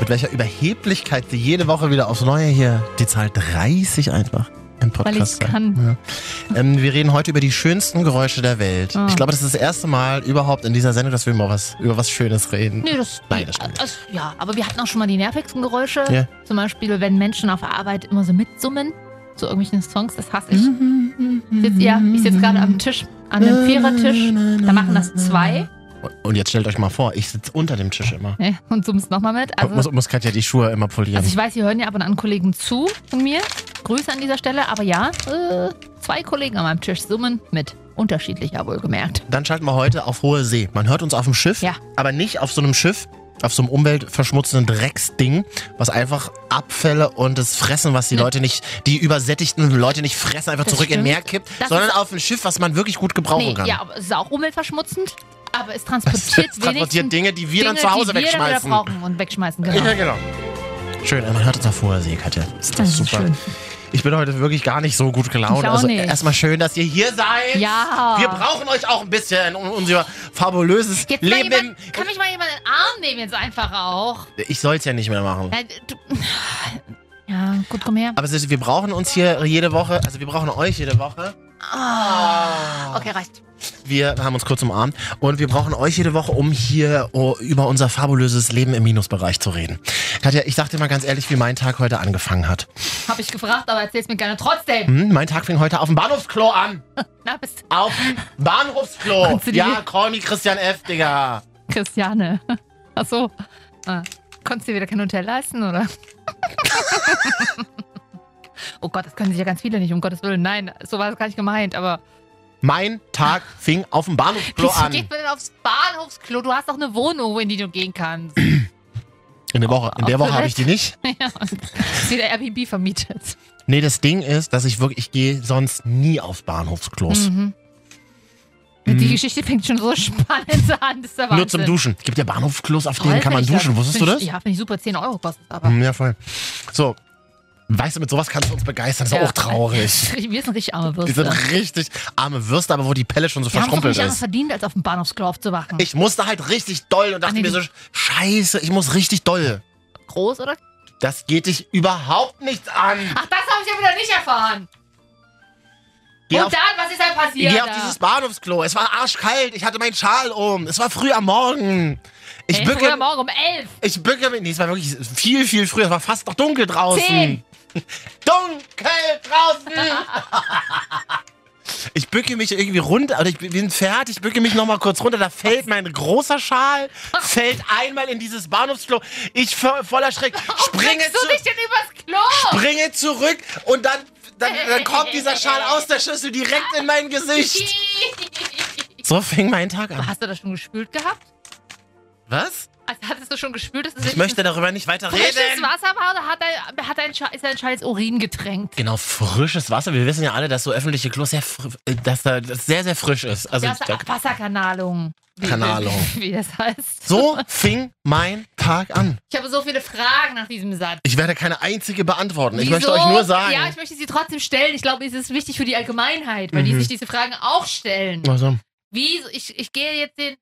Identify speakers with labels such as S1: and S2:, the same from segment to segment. S1: Mit welcher Überheblichkeit sie jede Woche wieder aufs Neue hier die Zahl 30 einfach im Podcast
S2: Weil ich's
S1: sagt.
S2: kann.
S1: Ja. Ähm, wir reden heute über die schönsten Geräusche der Welt.
S2: Ah.
S1: Ich glaube, das ist das erste Mal überhaupt in dieser Sendung, dass wir mal was, über was Schönes reden.
S2: Nee, das,
S1: Nein, das stimmt.
S2: also, Ja, aber wir hatten auch schon mal die nervigsten Geräusche.
S1: Ja.
S2: Zum Beispiel, wenn Menschen auf der Arbeit immer so mitsummen zu irgendwelchen Songs, das hasse ich.
S1: Mhm.
S2: Sitz, ja, ich sitze gerade am Tisch, an dem Vierertisch. Da machen das zwei
S1: Und jetzt stellt euch mal vor, ich sitze unter dem Tisch immer.
S2: ne, und summst nochmal mit. Also,
S1: muss, muss Katja die Schuhe immer polieren.
S2: also ich weiß, Sie hören ja ab und an Kollegen zu von mir. Grüße an dieser Stelle, aber ja, äh, zwei Kollegen an meinem Tisch summen mit. Unterschiedlicher wohlgemerkt.
S1: Dann schalten wir heute auf hohe See. Man hört uns auf dem Schiff,
S2: Ja.
S1: aber nicht auf so einem Schiff, auf so einem umweltverschmutzenden Drecksding, was einfach Abfälle und das Fressen, was die Leute nicht, die übersättigten Leute nicht fressen, einfach
S2: Das
S1: zurück in den
S2: stimmt.
S1: Meer kippt,
S2: Das
S1: sondern
S2: ist-
S1: auf ein Schiff, was man wirklich gut gebrauchen
S2: Nee,
S1: kann.
S2: ja, aber es ist auch umweltverschmutzend, aber es
S1: das
S2: transportiert wenigstens
S1: transportiert Dinge, die wir dann
S2: Dinge,
S1: zu Hause
S2: die Wir dann wieder
S1: wegschmeißen.
S2: brauchen und wegschmeißen, genau.
S1: Ja, genau. Schön, man hört uns auf hoher See, Katja. Ist doch
S2: Das ist
S1: super.
S2: schön.
S1: Ich bin heute wirklich gar nicht so gut gelaunt.
S2: Ich auch
S1: Also
S2: nicht.
S1: erstmal schön, dass ihr hier seid.
S2: Ja.
S1: Wir brauchen euch auch ein bisschen, um unser fabulöses
S2: Jetzt mal
S1: Leben im,
S2: jemand, kann mich mal jemand in den Arm nehmen jetzt einfach auch?
S1: Ich soll's ja nicht mehr machen.
S2: Ja, du, ja gut, komm her.
S1: Aber es ist, wir brauchen uns hier jede Woche, also wir brauchen euch jede Woche. Ah.
S2: Okay, reicht.
S1: Wir haben uns kurz umarmt und wir brauchen euch jede Woche, um hier oh, über unser fabulöses Leben im Minusbereich zu reden. Katja, ich sag dir mal ganz ehrlich, wie mein Tag heute angefangen hat.
S2: Hab ich gefragt, aber erzähl's mir gerne trotzdem.
S1: Hm, mein Tag fing heute auf dem Bahnhofsklo an.
S2: Na, bist
S1: Auf dem Bahnhofsklo.
S2: Kannst du die-
S1: Ja, call me Christian F., Digga.
S2: Christiane. Ach so. Ah, konntest du dir wieder kein Hotel leisten, oder? oh Gott, das können sich ja ganz viele nicht, um Gottes Willen. Nein, so war es gar nicht gemeint, aber
S1: Mein Tag fing auf dem Bahnhofsklo
S2: wieso
S1: an.
S2: geht man denn aufs Bahnhofsklo? Du hast doch eine Wohnung, in die du gehen kannst.
S1: In der Woche, in der Woche habe ich die nicht.
S2: ja, und ist wieder Airbnb vermietet.
S1: Nee, das Ding ist, dass ich wirklich, ich gehe sonst nie auf Bahnhofsklos.
S2: Mhm. Die Geschichte fängt schon so spannend an. Das ist der Wahnsinn.
S1: Mhm. Nur zum Duschen. Gibt ja Bahnhofsklos, auf
S2: Toll,
S1: denen kann man
S2: find ich
S1: duschen. Wusstest du
S2: find
S1: das?
S2: Ich, ja, finde ich super. 10 Euro kostet es aber.
S1: Hm, Ja, voll. So. Weißt du, mit sowas kannst du uns begeistern. Das ist
S2: Ja.
S1: auch traurig.
S2: Wir sind richtig arme
S1: Die
S2: Würste.
S1: sind richtig arme Würste, aber wo die Pelle schon so
S2: Wir haben es doch
S1: verschrumpelt
S2: nicht anders
S1: ist.
S2: verdient, als auf dem Bahnhofsklo aufzuwachen.
S1: Ich musste halt richtig doll und dachte
S2: nee,
S1: mir so,
S2: die-
S1: scheiße, ich muss richtig doll.
S2: Groß, oder?
S1: Das geht dich überhaupt nichts an.
S2: Ach, das habe ich ja wieder nicht erfahren.
S1: Geh
S2: Und
S1: auf,
S2: dann, was ist da passiert?
S1: geh auf dieses Bahnhofsklo. Es war arschkalt. Ich hatte meinen Schal um. Es war früh am Morgen. Ich
S2: Ey,
S1: bücke,
S2: früher morgen um 11.
S1: ich bücke mich. Nee, es war wirklich viel, viel früher. Es war fast noch dunkel draußen.
S2: Zehn.
S1: Dunkel draußen. Ich bücke mich irgendwie runter, oder ich bin fertig, ich bücke mich nochmal kurz runter, da fällt mein großer Schal, fällt einmal in dieses Bahnhofsklo. Ich vo- voller Schreck springe,
S2: Bringst Oh, du dich denn übers Klo?
S1: springe zurück und dann, dann, dann kommt dieser Schal aus der Schüssel direkt in mein Gesicht. So fing mein Tag an.
S2: Hast du das schon gespült gehabt?
S1: Was?
S2: Also, hattest du schon gespült? dass es
S1: Ich
S2: jetzt
S1: möchte darüber nicht weiter
S2: frisches
S1: reden.
S2: Wasser war oder hat dein, hat dein, Scha- ist dein Schal ins Urin getränkt?
S1: Genau, frisches Wasser. Wir wissen ja alle, dass so öffentliche Klos sehr, fr- äh, dass da, das sehr, sehr frisch ist. Also,
S2: Ja, Sa-
S1: da,
S2: Wasserkanalung. Wie,
S1: Kanalung.
S2: Wie, wie das heißt.
S1: so fing mein Tag an.
S2: Ich habe so viele Fragen nach diesem Satz.
S1: Ich werde keine einzige beantworten. Ich
S2: Wieso?
S1: möchte euch nur sagen.
S2: Ja, ich möchte sie trotzdem stellen. Ich glaube, es ist wichtig für die Allgemeinheit, weil die
S1: Mhm.
S2: sich diese Fragen auch stellen.
S1: also,
S2: Wieso? Ich, ich gehe jetzt den.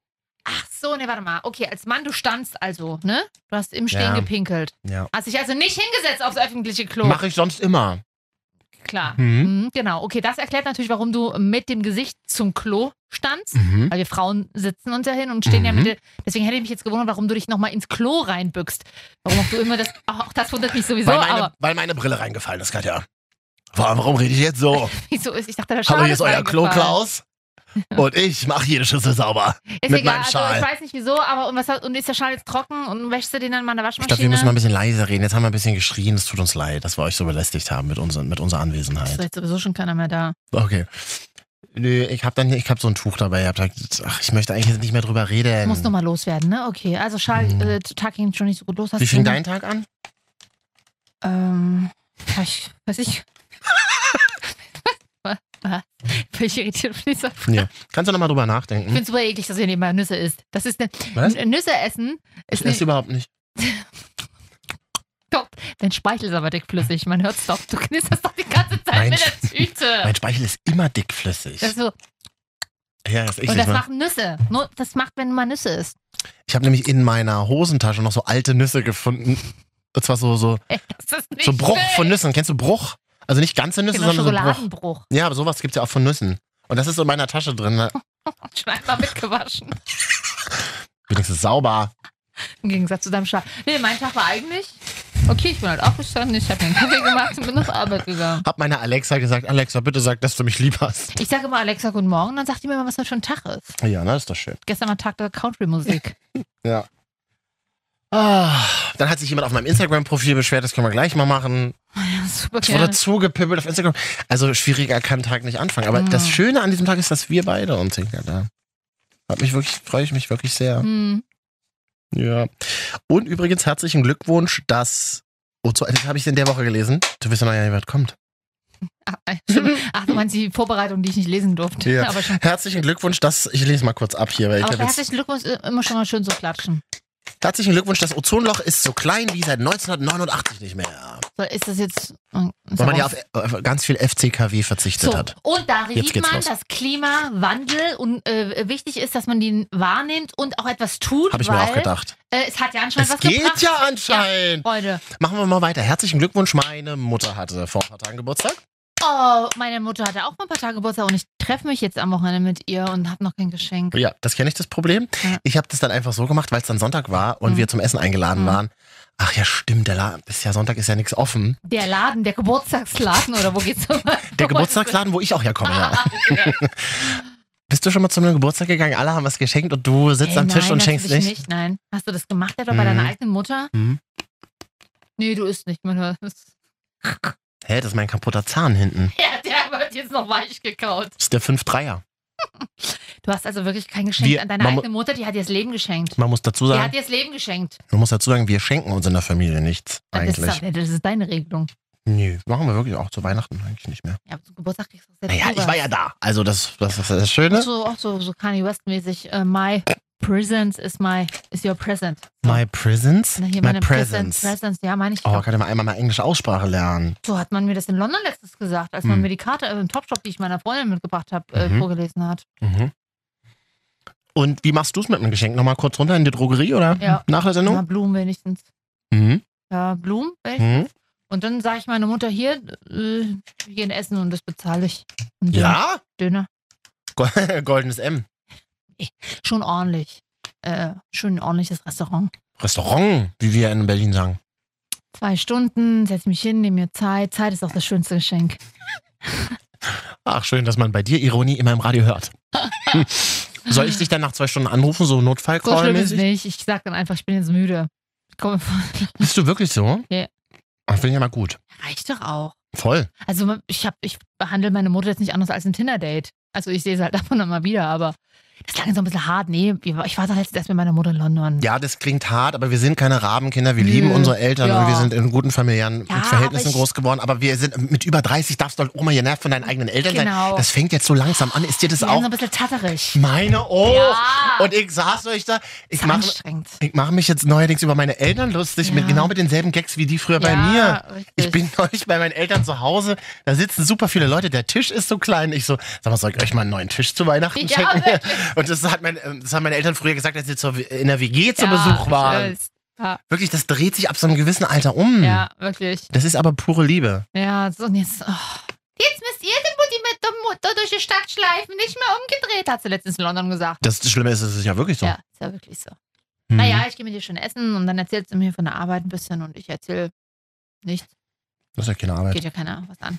S2: Ach so, ne, warte mal. Okay, als Mann, du standst also, ne? Du hast im Stehen
S1: Ja.
S2: gepinkelt.
S1: ja.
S2: Hast dich also nicht hingesetzt aufs öffentliche Klo.
S1: Mache ich sonst immer.
S2: Klar.
S1: Mhm.
S2: Mhm, genau. Okay, das erklärt natürlich, warum du mit dem Gesicht zum Klo standst.
S1: Mhm.
S2: Weil wir Frauen sitzen uns ja hin und stehen ja
S1: Mhm.
S2: mit. der- Deswegen hätte ich mich jetzt gewundert, warum du dich nochmal ins Klo reinbückst. Warum auch du immer das. Auch das wundert mich sowieso,
S1: weil, meine,
S2: aber
S1: weil meine Brille reingefallen ist, Katja. Warum, warum rede ich jetzt so?
S2: wieso ist. Ich dachte, der Schal
S1: Hallo, hier ist euer
S2: reingefallen.
S1: Klo, Klaus. Und ich mache jede Schüssel sauber.
S2: Ist
S1: mit
S2: egal,
S1: meinem
S2: Also,
S1: Schal.
S2: ich weiß nicht wieso, aber und, was, hat- und ist der Schal jetzt trocken und wäschst du den dann mal in der
S1: Ich
S2: Waschmaschine?
S1: glaube, wir müssen mal ein bisschen leiser reden. Jetzt haben wir ein bisschen geschrien. Es tut uns leid, dass wir euch so belästigt haben mit, unseren, mit unserer
S2: ist
S1: Anwesenheit.
S2: jetzt sowieso schon keiner mehr da.
S1: Okay. Nö, ich habe dann, ich habe so ein Tuch dabei. Ich hab gesagt, ach, ich möchte eigentlich jetzt nicht mehr drüber reden.
S2: Muss nochmal loswerden, ne? Okay, also Schal,
S1: Ähm. Mhm.
S2: äh, Tag ging schon nicht so gut los. Hast
S1: Wie fing
S2: du-
S1: dein Tag an?
S2: Ähm, ja, ich weiß ich. Was? Was? Bin ich irritiert von dieser Frage.
S1: Ja. Kannst du nochmal drüber
S2: Ich
S1: nachdenken?
S2: finde super eklig, dass ihr nicht mal Nüsse isst. Das ist ne,
S1: Was?
S2: N- Nüsse essen
S1: Ich
S2: ist
S1: esse
S2: ne,
S1: überhaupt nicht.
S2: top. Dein Speichel ist aber dickflüssig. Man hört's doch. Du knisterst doch die ganze Zeit
S1: Mein
S2: mit der
S1: Sch-
S2: Tüte.
S1: Mein Speichel ist immer dickflüssig.
S2: Das ist so.
S1: ja, das ist ich
S2: Und das
S1: mal.
S2: machen Nüsse. Nur, das macht, wenn man Nüsse isst.
S1: Ich habe nämlich in meiner Hosentasche noch so alte Nüsse gefunden. Und zwar so, so,
S2: Ey, das ist nicht
S1: so Bruch
S2: schön.
S1: von Nüssen. Kennst du Bruch? Also nicht ganze Nüsse,
S2: Genau,
S1: sondern so Bruch.
S2: Schokoladenbruch.
S1: Ja, aber sowas gibt's ja auch von Nüssen. Und das ist so in meiner Tasche drin. ne?
S2: Schon einmal mitgewaschen.
S1: Wenigstens sauber.
S2: Im Gegensatz zu deinem Schlaf. Nee, mein Tag war eigentlich. Okay, ich bin halt aufgestanden, ich habe mir einen Kaffee gemacht und bin auf Arbeit gegangen.
S1: Hab meiner Alexa gesagt, Alexa, bitte sag, dass du mich lieb hast.
S2: Ich sage immer Alexa, guten Morgen, dann sagt die mir mal, was heute für ein Tag ist.
S1: Ja, na, ist doch schön.
S2: Gestern war Tag der Country-Musik.
S1: Ja. Ah, dann hat sich jemand auf meinem Instagram-Profil beschwert, das können wir gleich mal machen.
S2: Ja, super
S1: Ich wurde
S2: gerne.
S1: zugepippelt auf Instagram. Also schwieriger kann Tag nicht anfangen. Aber
S2: Mhm.
S1: das Schöne an diesem Tag ist, dass wir beide uns sehen. Da hat mich wirklich, freue ich mich wirklich sehr.
S2: Hm,
S1: Ja. Und übrigens herzlichen Glückwunsch, dass. Wozu das habe ich in der Woche gelesen? Du wirst ja noch gar nicht, wer kommt.
S2: ach, äh, stimmt. ach, du meinst die Vorbereitung, die ich nicht lesen durfte.
S1: Ja.
S2: Aber, schon,
S1: Herzlichen Glückwunsch, dass. Ich lese mal kurz ab hier, weil ich
S2: aber
S1: habe jetzt.
S2: herzlichen Glückwunsch, äh, immer schon mal schön so klatschen.
S1: Herzlichen Glückwunsch, das Ozonloch ist so klein wie seit 1989 nicht mehr.
S2: So, ist das jetzt. äh, ist
S1: Weil man ja
S2: auch-
S1: auf, auf äh, ganz viel FCKW verzichtet
S2: so,
S1: hat.
S2: und da
S1: Jetzt
S2: sieht
S1: geht's
S2: man,
S1: los.
S2: dass Klimawandel und äh, wichtig ist, dass man den wahrnimmt und auch etwas tut,
S1: Habe ich
S2: weil
S1: mir auch gedacht.
S2: Äh, es hat ja anscheinend
S1: Es
S2: was
S1: geht
S2: gebracht.
S1: ja anscheinend.
S2: Freunde.
S1: Machen wir mal weiter. Herzlichen Glückwunsch, meine Mutter hatte vor ein paar Tagen Geburtstag.
S2: Oh, meine Mutter hatte auch mal ein paar Tage Geburtstag und ich treffe mich jetzt am Wochenende mit ihr und habe noch kein Geschenk.
S1: Ja, das kenne ich das Problem.
S2: Ja.
S1: Ich habe das dann einfach so gemacht, weil es dann Sonntag war und
S2: Mhm.
S1: wir zum Essen eingeladen
S2: Mhm.
S1: waren. Ach ja, stimmt, der Laden ist ja Sonntag ist ja nichts offen.
S2: Der Laden, der Geburtstagsladen oder wo geht's nochmal?
S1: Der Geburtstagsladen, wo ich auch herkomme,
S2: Ah,
S1: ja. Bist du schon mal zu einem Geburtstag gegangen? Alle haben was geschenkt und du sitzt
S2: Ey,
S1: am Tisch
S2: nein,
S1: und
S2: das
S1: schenkst
S2: hab ich
S1: nicht.
S2: nicht. Nein. Hast du das gemacht etwa
S1: Mhm.
S2: bei deiner eigenen Mutter?
S1: Mhm.
S2: Nee, du isst nicht. Mein Hör-
S1: Hä, das ist mein kaputter Zahn hinten.
S2: ja, der wird jetzt noch weich gekaut.
S1: Das ist der 5-3er.
S2: Du hast also wirklich kein Geschenk
S1: Wir-
S2: an deine
S1: man mu-
S2: eigene Mutter, die hat dir das Leben geschenkt.
S1: Man muss dazu
S2: Die hat
S1: sagen,
S2: dir das Leben geschenkt.
S1: man muss dazu sagen, wir schenken uns in der Familie nichts
S2: Das ist,
S1: eigentlich.
S2: das ist deine Regelung.
S1: Nee, machen wir wirklich auch zu Weihnachten eigentlich nicht mehr.
S2: Ja, aber zum Geburtstag kriegst du das jetzt
S1: Naja,
S2: rüber.
S1: ich war ja da. Also das, das ist das Schöne.
S2: So, auch so, so Kanye West-mäßig. äh, my presence is my is your present. So.
S1: My presence.
S2: Na, hier
S1: My
S2: meine presence.
S1: presence.
S2: presence. Ja, meine ich.
S1: Oh,
S2: doch.
S1: kann ich mal einmal mal englische Aussprache lernen.
S2: So hat man mir das in London letztens gesagt, als man
S1: Hm.
S2: mir die Karte äh, im Topshop, die ich meiner Freundin mitgebracht habe, äh,
S1: Mhm.
S2: vorgelesen hat.
S1: Und wie machst du es mit einem Geschenk? Nochmal kurz runter in die Drogerie oder
S2: Ja.
S1: nach der
S2: Na,
S1: Sendung?
S2: Blumen wenigstens.
S1: Mhm.
S2: Ja, Blumen. wenigstens.
S1: Mhm.
S2: Und dann sage ich meiner Mutter hier, äh, hier ein Essen und das bezahle ich. Und
S1: Ja?
S2: Döner.
S1: Go- Goldenes M.
S2: Schon ordentlich. Äh, schon ein ordentliches Restaurant.
S1: Restaurant, wie wir in Berlin sagen.
S2: Zwei Stunden, setz mich hin, nehme mir Zeit. Zeit ist auch das schönste Geschenk.
S1: Ach, schön, dass man bei dir Ironie immer im Radio hört. Soll ich dich dann nach zwei Stunden anrufen,
S2: So
S1: so
S2: schlimm ist es
S1: Notfall-Call-mäßig?
S2: nicht. Ich sag dann einfach, ich bin jetzt müde. Ich komme von.
S1: Bist du wirklich so?
S2: Ja.
S1: Ach, finde ich ja mal gut.
S2: Reicht doch auch.
S1: Voll.
S2: Also man- ich hab, ich behandle meine Mutter jetzt nicht anders als ein Tinder-Date. Also ich sehe sie halt davon mal wieder, aber das klang so ein bisschen hart. Nee, ich war ich war doch jetzt erst mit meiner Mutter in London.
S1: Ja, das klingt hart, aber wir sind keine Rabenkinder. Wir
S2: Nö.
S1: lieben unsere Eltern
S2: Ja.
S1: und wir sind in guten familiären
S2: Ja,
S1: Verhältnissen
S2: aber ich-
S1: groß geworden. Aber wir sind mit über 30 darfst du halt Oma genervt von deinen eigenen Eltern sein.
S2: Genau.
S1: Das fängt jetzt so langsam an. Ist dir das
S2: Die werden so
S1: auch?
S2: ein bisschen tatterig.
S1: Meine oh!
S2: Ja.
S1: Und ich saß euch da. Ich
S2: Ist
S1: mache
S2: anstrengend.
S1: ich mach mich jetzt neuerdings über meine Eltern lustig, mit,
S2: Ja.
S1: genau mit denselben Gags wie die früher bei mir.
S2: ja, Richtig.
S1: Ich bin neulich bei meinen Eltern zu Hause, da sitzen super viele Leute, der Tisch ist so klein. Ich so, sag mal, soll ich euch mal einen neuen Tisch zu Weihnachten
S2: Ja,
S1: schenken?
S2: wirklich.
S1: Und das, hat mein, das haben meine Eltern früher gesagt, als sie zur, in der WG zu
S2: Ja,
S1: Besuch waren.
S2: ich weiß. Ja,
S1: Wirklich, das dreht sich ab so einem gewissen Alter um.
S2: ja, wirklich.
S1: Das ist aber pure Liebe.
S2: Ja, so und jetzt. Oh. Jetzt müsst ihr die Mutti mit der Mutter durch die Stadt schleifen, nicht mehr umgedreht, hat sie letztens in London gesagt.
S1: Das, das Schlimme ist, es ist ja wirklich so.
S2: Ja, ist ja wirklich so.
S1: Hm.
S2: Naja, ich gehe mit dir schon essen und dann erzählst du mir von der Arbeit ein bisschen und ich erzähle nichts.
S1: Das ist ja keine Arbeit.
S2: Geht ja keiner was an.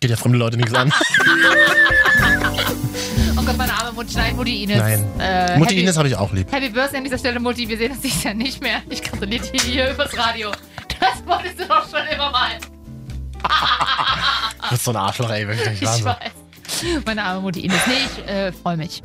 S1: Geht ja fremde Leute nichts an.
S2: Oh Gott, meine arme Mutti, nein, Mutti Ines.
S1: Nein.
S2: Äh,
S1: Mutti
S2: Happy,
S1: Ines habe ich auch lieb.
S2: Happy Birthday an dieser Stelle, Mutti. Wir sehen uns dieses Jahr nicht mehr. Ich gratuliere dir hier übers Radio. Das wolltest du doch schon immer mal.
S1: Du bist so ein Arschloch, ey, wirklich.
S2: Ah. Ich
S1: Wahnsinn.
S2: weiß. Meine arme Mutti Ines. Nee, ich äh, freue mich,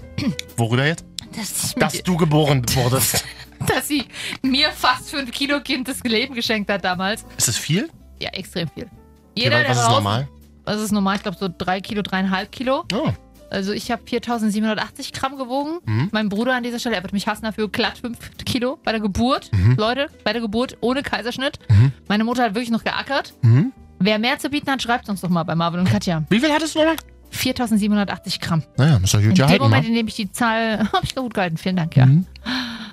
S1: Worüber jetzt?
S2: dass, ich mir,
S1: Dass du geboren wurdest.
S2: dass sie mir fast fünf Kilo Kind das Leben geschenkt hat damals.
S1: Ist das viel?
S2: Ja, extrem viel.
S1: Wie
S2: Jeder,
S1: weit-
S2: der
S1: Was ist
S2: draußen-
S1: normal?
S2: Das ist normal, ich glaube so drei Kilo, dreieinhalb Kilo.
S1: Oh.
S2: Also ich habe 4780 Gramm gewogen.
S1: Mhm.
S2: Mein Bruder an dieser Stelle, er wird mich hassen dafür, glatt 5 Kilo bei der Geburt. Leute, bei der Geburt ohne Kaiserschnitt.
S1: Mhm.
S2: Meine Mutter hat wirklich noch geackert.
S1: Mhm.
S2: Wer mehr zu bieten hat, schreibt uns doch mal bei Marvin und Katja.
S1: Wie viel hattest du nochmal?
S2: 4780 Gramm.
S1: Naja, muss doch
S2: In
S1: gut ne?
S2: dem
S1: gehalten
S2: Moment,
S1: haben.
S2: in dem ich die Zahl, habe ich gut gehalten, vielen Dank, ja.
S1: Mhm.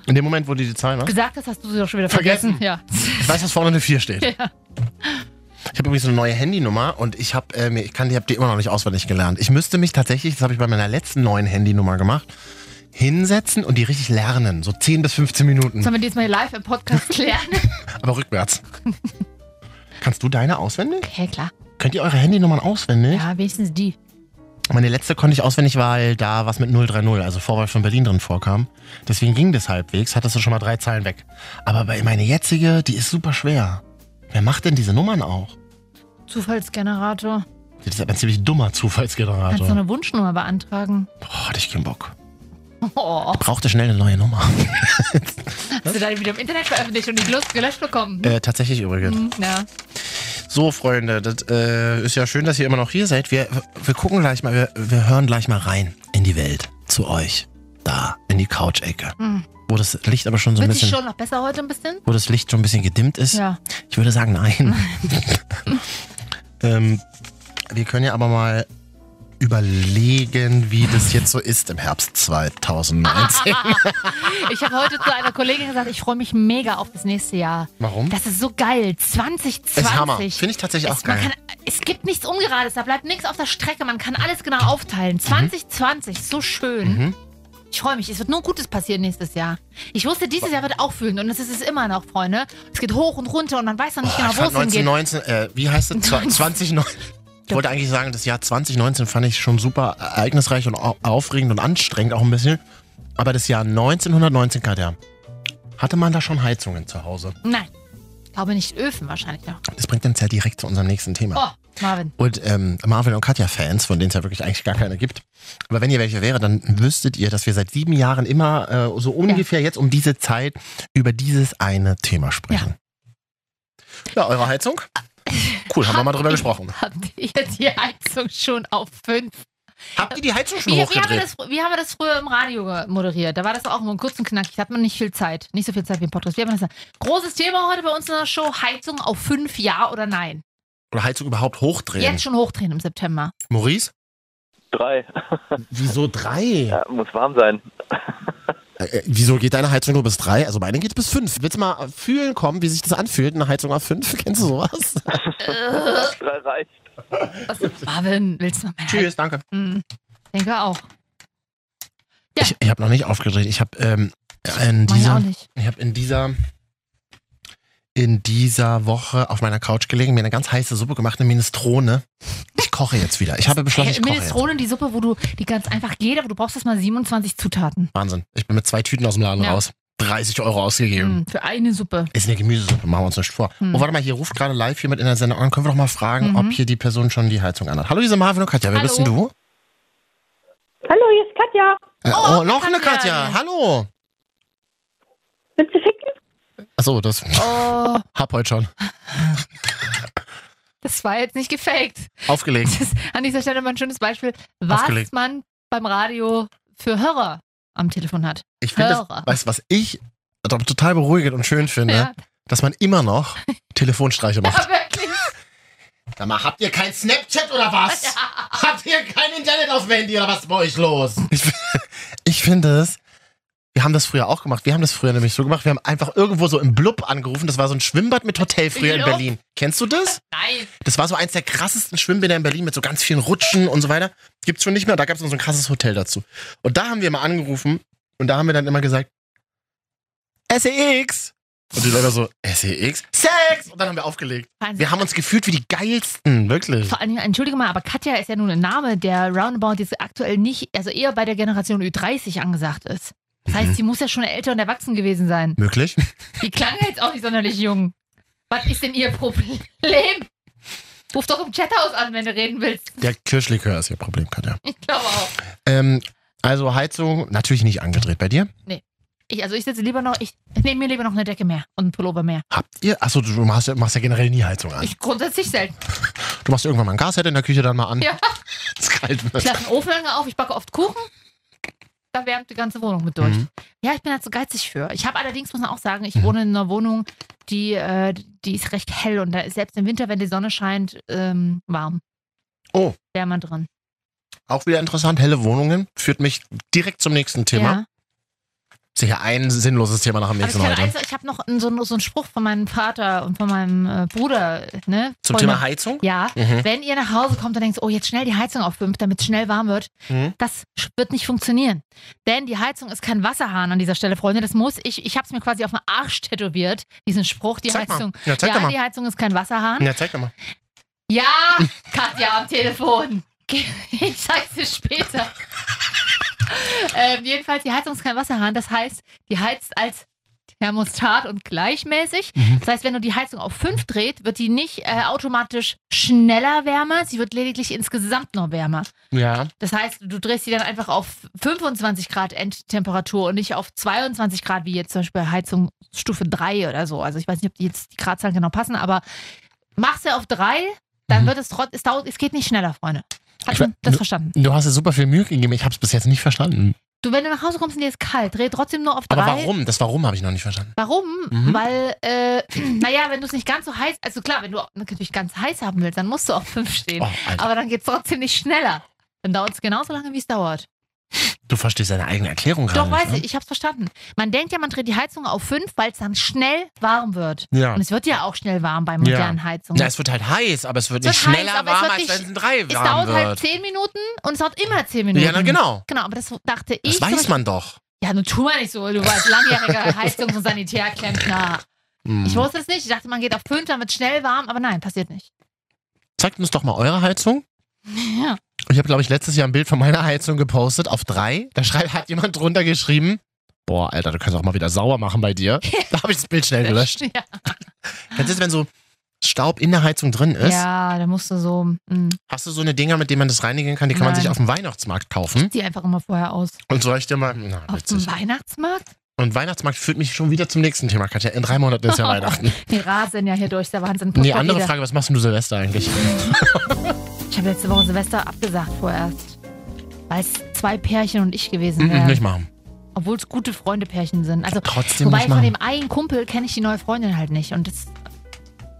S1: In dem Moment, wo du die Zahl machst.
S2: Gesagt hast, hast du sie doch schon wieder vergessen.
S1: Vergessen.
S2: Ja.
S1: Ich weiß, dass vorne eine 4 steht. Ich habe übrigens eine neue Handynummer und ich habe äh, mir- ich kann die, hab die immer noch nicht auswendig gelernt. Ich müsste mich tatsächlich, das habe ich bei meiner letzten neuen Handynummer gemacht, hinsetzen und die richtig lernen. So 10 bis 15 Minuten,
S2: Sollen wir diesmal live im Podcast klären?
S1: aber rückwärts. Kannst du deine auswendig?
S2: okay, klar.
S1: Könnt ihr eure Handynummern auswendig?
S2: Ja, wenigstens die.
S1: Meine letzte konnte ich auswendig, weil da was mit 030, also Vorwahl von Berlin drin vorkam. Deswegen ging das halbwegs, hattest du schon mal drei Zeilen weg. Aber bei meine jetzige, die ist super schwer. Wer macht denn diese Nummern auch?
S2: Zufallsgenerator.
S1: Das ist aber ein ziemlich dummer
S2: Kannst du
S1: Zufallsgenerator.
S2: eine Wunschnummer beantragen?
S1: Boah, hatte ich keinen Bock.
S2: Oh.
S1: Brauchte schnell eine neue Nummer.
S2: Hast du dann wieder im Internet veröffentlicht und die Lust gelöscht bekommen?
S1: äh, tatsächlich übrigens.
S2: Hm, Na,
S1: So, Freunde, das äh, ist ja schön, dass ihr immer noch hier seid. Wir, wir gucken gleich mal, wir, wir hören gleich mal rein in die Welt. Zu euch. Da, in die Couch-Ecke.
S2: Hm.
S1: Wo das Licht aber schon so ein
S2: wird sich
S1: bisschen.
S2: schon noch besser heute ein bisschen?
S1: Wo das Licht schon ein bisschen gedimmt ist.
S2: Ja.
S1: Ich würde sagen, nein. ähm, wir können ja aber mal überlegen, wie das jetzt so ist im Herbst 2019.
S2: Ich habe heute zu einer Kollegin gesagt, ich freue mich mega auf das nächste Jahr.
S1: Warum?
S2: Das ist so geil. 2020.
S1: Ist Hammer. Finde ich tatsächlich auch
S2: es, man
S1: geil.
S2: kann, es gibt nichts Ungerades, da bleibt nichts auf der Strecke. Man kann alles genau aufteilen. 2020, so schön.
S1: Mhm.
S2: Ich freue mich. Es wird nur Gutes passieren nächstes Jahr. Ich wusste, dieses Jahr wird aufwühlend und das ist es immer noch, Freunde. Es geht hoch und runter und man weiß noch nicht
S1: Boah, ich
S2: genau, wo
S1: fand
S2: es hingeht.
S1: 1919, äh, wie heißt es? 2019. Ich wollte eigentlich sagen, das Jahr 2019 fand ich schon super ereignisreich und au- aufregend und anstrengend auch ein bisschen. Aber das Jahr 1919, Katja, hatte man da schon Heizungen zu Hause?
S2: Nein. Ich glaube nicht Öfen wahrscheinlich noch.
S1: Das bringt uns ja direkt zu unserem nächsten Thema.
S2: Oh, Marvin.
S1: Und ähm, Marvin und Katja-Fans, von denen es ja wirklich eigentlich gar keine gibt. Aber wenn ihr welche wäre, dann wüsstet ihr, dass wir seit sieben Jahren immer äh, so ungefähr jetzt um diese Zeit über dieses eine Thema sprechen. Ja, eure Heizung? Cool, haben wir mal drüber gesprochen.
S2: Habt ihr die Heizung schon auf fünf?
S1: Habt ihr die Heizung schon
S2: Wie, wie, haben wir
S1: hochgedreht?
S2: das, wie haben wir das früher im Radio ge- moderiert? Da war das auch immer kurz und knackig. Da hat man nicht viel Zeit. Nicht so viel Zeit wie im Podcast. Wie haben wir das Großes Thema heute bei uns in der Show: Heizung auf fünf, ja oder nein?
S1: Oder Heizung überhaupt hochdrehen?
S2: Jetzt schon hochdrehen im September.
S1: Maurice?
S3: Drei.
S1: Wieso drei?
S3: Ja, muss warm sein.
S1: Äh, wieso geht deine Heizung nur bis drei? Also meine geht bis fünf. Willst du mal fühlen kommen, wie sich das anfühlt, eine Heizung auf fünf? Kennst du sowas? Äh.
S3: Drei reicht.
S2: Was, Marvin, willst du noch mal?
S1: Tschüss, danke.
S2: Hm, denke auch.
S1: Ich, ich habe noch nicht aufgedreht. Ich habe ähm, in
S2: Meine auch
S1: dieser,
S2: nicht.
S1: ich habe in dieser, in dieser Woche auf meiner Couch gelegen, mir eine ganz heiße Suppe gemacht, eine Minestrone. Ich koche jetzt wieder. Ich habe beschlossen, ich koche jetzt.
S2: Minestrone, die Suppe, wo du die ganz einfach geht, aber du brauchst erstmal 27 Zutaten.
S1: Wahnsinn. Ich bin mit zwei Tüten aus dem Laden
S2: Ja.
S1: raus. 30 Euro ausgegeben.
S2: Hm, für eine Suppe.
S1: Ist eine Gemüsesuppe, machen wir uns nicht vor.
S2: Hm.
S1: Oh, warte mal, hier ruft gerade live jemand in der Sendung an. Können wir doch mal fragen,
S2: Mhm.
S1: ob hier die Person schon die Heizung anhat. Hallo, diese Marvin und Katja, wer
S2: Hallo.
S1: bist denn du?
S4: Hallo, hier ist Katja.
S1: Äh,
S2: Oh,
S1: oh, noch eine
S2: Katja.
S1: Katja. Hallo.
S4: Willst du ficken?
S1: Achso, das
S2: Oh,
S1: hab heute schon
S2: das war jetzt nicht gefaked.
S1: aufgelegt.
S2: Das ist an dieser Stelle mal ein schönes Beispiel, was
S1: Aufgelegt.
S2: man beim Radio für Hörer am Telefon hat.
S1: Ich finde
S2: Hörer.
S1: das, weißt du, was ich doch total beruhigend und schön finde,
S2: Ja,
S1: dass man immer noch Telefonstreiche macht.
S2: ja wirklich.
S1: Sag mal, habt ihr kein Snapchat oder was? Habt ihr kein Internet auf dem Handy oder was ist bei euch los? Ich, ich finde es. Wir haben das früher auch gemacht. Wir haben das früher nämlich so gemacht. Wir haben einfach irgendwo so im Blub angerufen. Das war so ein Schwimmbad mit Hotel früher in
S2: Ja.
S1: Berlin. Kennst du das?
S2: Nein.
S1: Das war so eins der krassesten Schwimmbäder in Berlin mit so ganz vielen Rutschen und so weiter. Gibt's schon nicht mehr. Da gab's noch so ein krasses Hotel dazu. Und da haben wir mal angerufen und da haben wir dann immer gesagt, SEX. Und die Leute so, SEX? Sex! Und dann haben wir aufgelegt.
S2: Wahnsinn.
S1: Wir haben uns gefühlt wie die geilsten, wirklich.
S2: Vor allen Dingen, entschuldige mal, aber Katja ist ja nun ein Name, der roundabout jetzt aktuell nicht, also eher bei der Generation Ü30 angesagt ist. Das
S1: Mhm.
S2: heißt, sie muss ja schon älter und erwachsen gewesen sein.
S1: Möglich?
S2: Die klang ja jetzt auch nicht sonderlich jung. Was ist denn ihr Problem? Ruf doch im Chathaus an, wenn du reden willst.
S1: Der Kirschlikör ist ihr Problem, Katja.
S2: Ich glaube auch.
S1: Ähm, also Heizung natürlich nicht angedreht bei dir.
S2: Ich, also ich sitze lieber noch, ich, ich nehme mir lieber noch eine Decke mehr und einen Pullover mehr.
S1: Habt ihr? Achso, du machst, ja- machst ja generell nie Heizung an.
S2: Ich grundsätzlich selten.
S1: Du machst irgendwann mal ein Gasherd in der Küche dann mal an.
S2: Ja.
S1: Es kalt
S2: Ich
S1: wird.
S2: lasse den Ofen lange auf, ich backe oft Kuchen. Da wärmt die ganze Wohnung mit durch.
S1: Mhm.
S2: Ja, ich bin halt so geizig für. Ich habe allerdings, muss man auch sagen, ich wohne in einer Wohnung, die, äh, die ist recht hell und da ist selbst im Winter, wenn die Sonne scheint, ähm, warm.
S1: Oh.
S2: Wärmer drin.
S1: Auch wieder interessant, helle Wohnungen. Führt mich direkt zum nächsten Thema.
S2: Ja.
S1: Sicher ein sinnloses Thema nach
S2: Aber
S1: dem
S2: ich,
S1: nächsten
S2: kann
S1: heute.
S2: eins, ich habe noch so, einen- so einen Spruch von meinem Vater und von meinem äh, Bruder. Ne?
S1: Zum
S2: Freunde.
S1: Thema Heizung?
S2: Ja.
S1: Mhm.
S2: Wenn ihr nach Hause kommt und denkt, oh, jetzt schnell die Heizung aufpumpt, damit es schnell warm wird,
S1: Mhm.
S2: das wird nicht funktionieren. Denn die Heizung ist kein Wasserhahn an dieser Stelle, Freunde. Das muss ich, ich habe es mir quasi auf den Arsch tätowiert, diesen Spruch, die
S1: Zeig
S2: Heizung.
S1: mal. Ja, zeig doch
S2: Ja,
S1: mal.
S2: die Heizung ist kein Wasserhahn.
S1: Ja, zeig doch mal.
S2: Ja, Katja am Telefon. Ich zeig's dir später. ähm, jedenfalls, die Heizung ist kein Wasserhahn. Das heißt, die heizt als Thermostat und gleichmäßig.
S1: Mhm.
S2: Das heißt, wenn du die Heizung auf 5 dreht, wird die nicht äh, automatisch schneller wärmer. Sie wird lediglich insgesamt noch wärmer.
S1: Ja.
S2: Das heißt, du drehst die dann einfach auf 25 Grad Endtemperatur und nicht auf 22 Grad, wie jetzt zum Beispiel bei Heizung Stufe 3 oder so. Also ich weiß nicht, ob die jetzt die Gradzahlen genau passen, aber machst du auf 3, dann
S1: Mhm.
S2: wird es trotz, es dauert, es geht nicht schneller, Freunde. Hat
S1: Ich
S2: man
S1: we-
S2: das
S1: du-
S2: verstanden?
S1: Du hast dir super viel Mühe gegeben. Ich habe es bis jetzt nicht verstanden.
S2: Du, wenn du nach Hause kommst und dir ist kalt, dreh trotzdem nur auf 3.
S1: Aber warum? Das Warum habe ich noch nicht verstanden.
S2: Warum?
S1: Mhm.
S2: Weil, äh, naja, wenn du es nicht ganz so heiß, also klar, wenn du natürlich ganz heiß haben willst, dann musst du auf 5 stehen.
S1: Oh, Alter,
S2: Aber dann geht es trotzdem nicht schneller. Dann dauert es genauso lange, wie es dauert.
S1: du verstehst deine eigene Erklärung gerade.
S2: Doch, weiß
S1: nicht, ne?
S2: ich, ich hab's verstanden. Man denkt ja, man dreht die Heizung auf 5, weil es dann schnell warm wird.
S1: Ne? Ja.
S2: Und es wird ja auch schnell warm bei modernen Heizungen.
S1: Na, es wird halt heiß, aber es wird
S2: Es
S1: nicht
S2: wird heiß,
S1: schneller
S2: aber es
S1: warm,
S2: wird
S1: als
S2: nicht-
S1: wenn es ein Drei
S2: es
S1: warm
S2: dauert
S1: wird.
S2: halt 10 Minuten und es dauert immer 10 Minuten.
S1: Ja, na, genau.
S2: Genau, aber das dachte
S1: Das
S2: ich.
S1: weiß
S2: zum-
S1: man doch.
S2: Ja, nun tu mal nicht so, du warst langjähriger Heizungs- und Sanitärklempner.
S1: Hm.
S2: Ich wusste es nicht. Ich dachte, man geht auf 5, dann wird schnell warm, aber nein, passiert nicht.
S1: Zeigt uns doch mal eure Heizung.
S2: Ja.
S1: Ich habe, glaube ich, letztes Jahr ein Bild von meiner Heizung gepostet auf drei. Da schreibt, hat jemand drunter geschrieben, boah, Alter, du kannst auch mal wieder sauer machen bei dir. Da habe ich das Bild schnell gelöscht.
S2: Ja,
S1: Kennst du das, wenn so Staub in der Heizung drin ist?
S2: ja da musst du so. mm,
S1: Hast du so eine Dinger, mit denen man das reinigen kann? Die kann man
S2: Nein.
S1: sich auf dem Weihnachtsmarkt kaufen.
S2: die einfach immer vorher aus.
S1: Und soll ich dir mal... Na,
S2: Auf dem
S1: witzig.
S2: Weihnachtsmarkt?
S1: Und Weihnachtsmarkt führt mich schon wieder zum nächsten Thema, Katja. In drei Monaten ist
S2: Oh,
S1: ja Weihnachten.
S2: Die rasen ja hier durch, der Wahnsinn.
S1: Nee,
S2: Putzt
S1: andere
S2: jeder.
S1: Frage, was machst denn du Silvester eigentlich?
S2: Ich habe letzte Woche Silvester abgesagt vorerst. Weil es zwei Pärchen und ich gewesen
S1: Mhm,
S2: wären.
S1: nicht machen.
S2: Obwohl es gute Freunde-Pärchen sind. Also,
S1: Trotzdem
S2: wobei
S1: nicht
S2: von
S1: machen.
S2: dem einen Kumpel kenne ich die neue Freundin halt nicht. Und, das,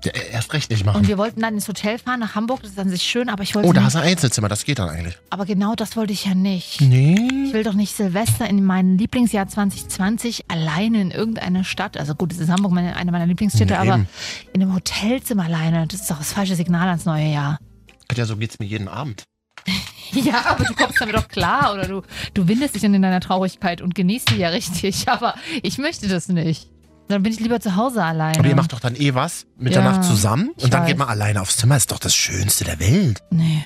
S1: Ja, erst recht nicht
S2: und
S1: machen.
S2: wir wollten dann ins Hotel fahren nach Hamburg. Das ist an sich schön, aber ich wollte.
S1: Oh, da
S2: nicht-
S1: hast du ein Einzelzimmer, das geht dann eigentlich.
S2: aber genau das wollte ich ja nicht.
S1: Nee.
S2: Ich will doch nicht Silvester in meinem Lieblingsjahr 2020 alleine in irgendeiner Stadt. Also gut, es ist Hamburg meine, eine meiner Lieblingsstädte,
S1: Ja,
S2: aber
S1: eben.
S2: in einem Hotelzimmer alleine, das ist doch das falsche Signal ans neue Jahr.
S1: Katja, so geht's mir jeden Abend.
S2: Ja, aber du kommst damit doch klar oder du, du windest dich dann in deiner Traurigkeit und genießt die ja richtig. Aber ich möchte das nicht. Dann bin ich lieber zu Hause alleine.
S1: Aber ihr macht doch dann eh was mit
S2: Ja,
S1: der Nacht zusammen
S2: ich
S1: und dann
S2: weiß.
S1: geht man alleine aufs Zimmer. Ist doch das Schönste der Welt.
S2: nee.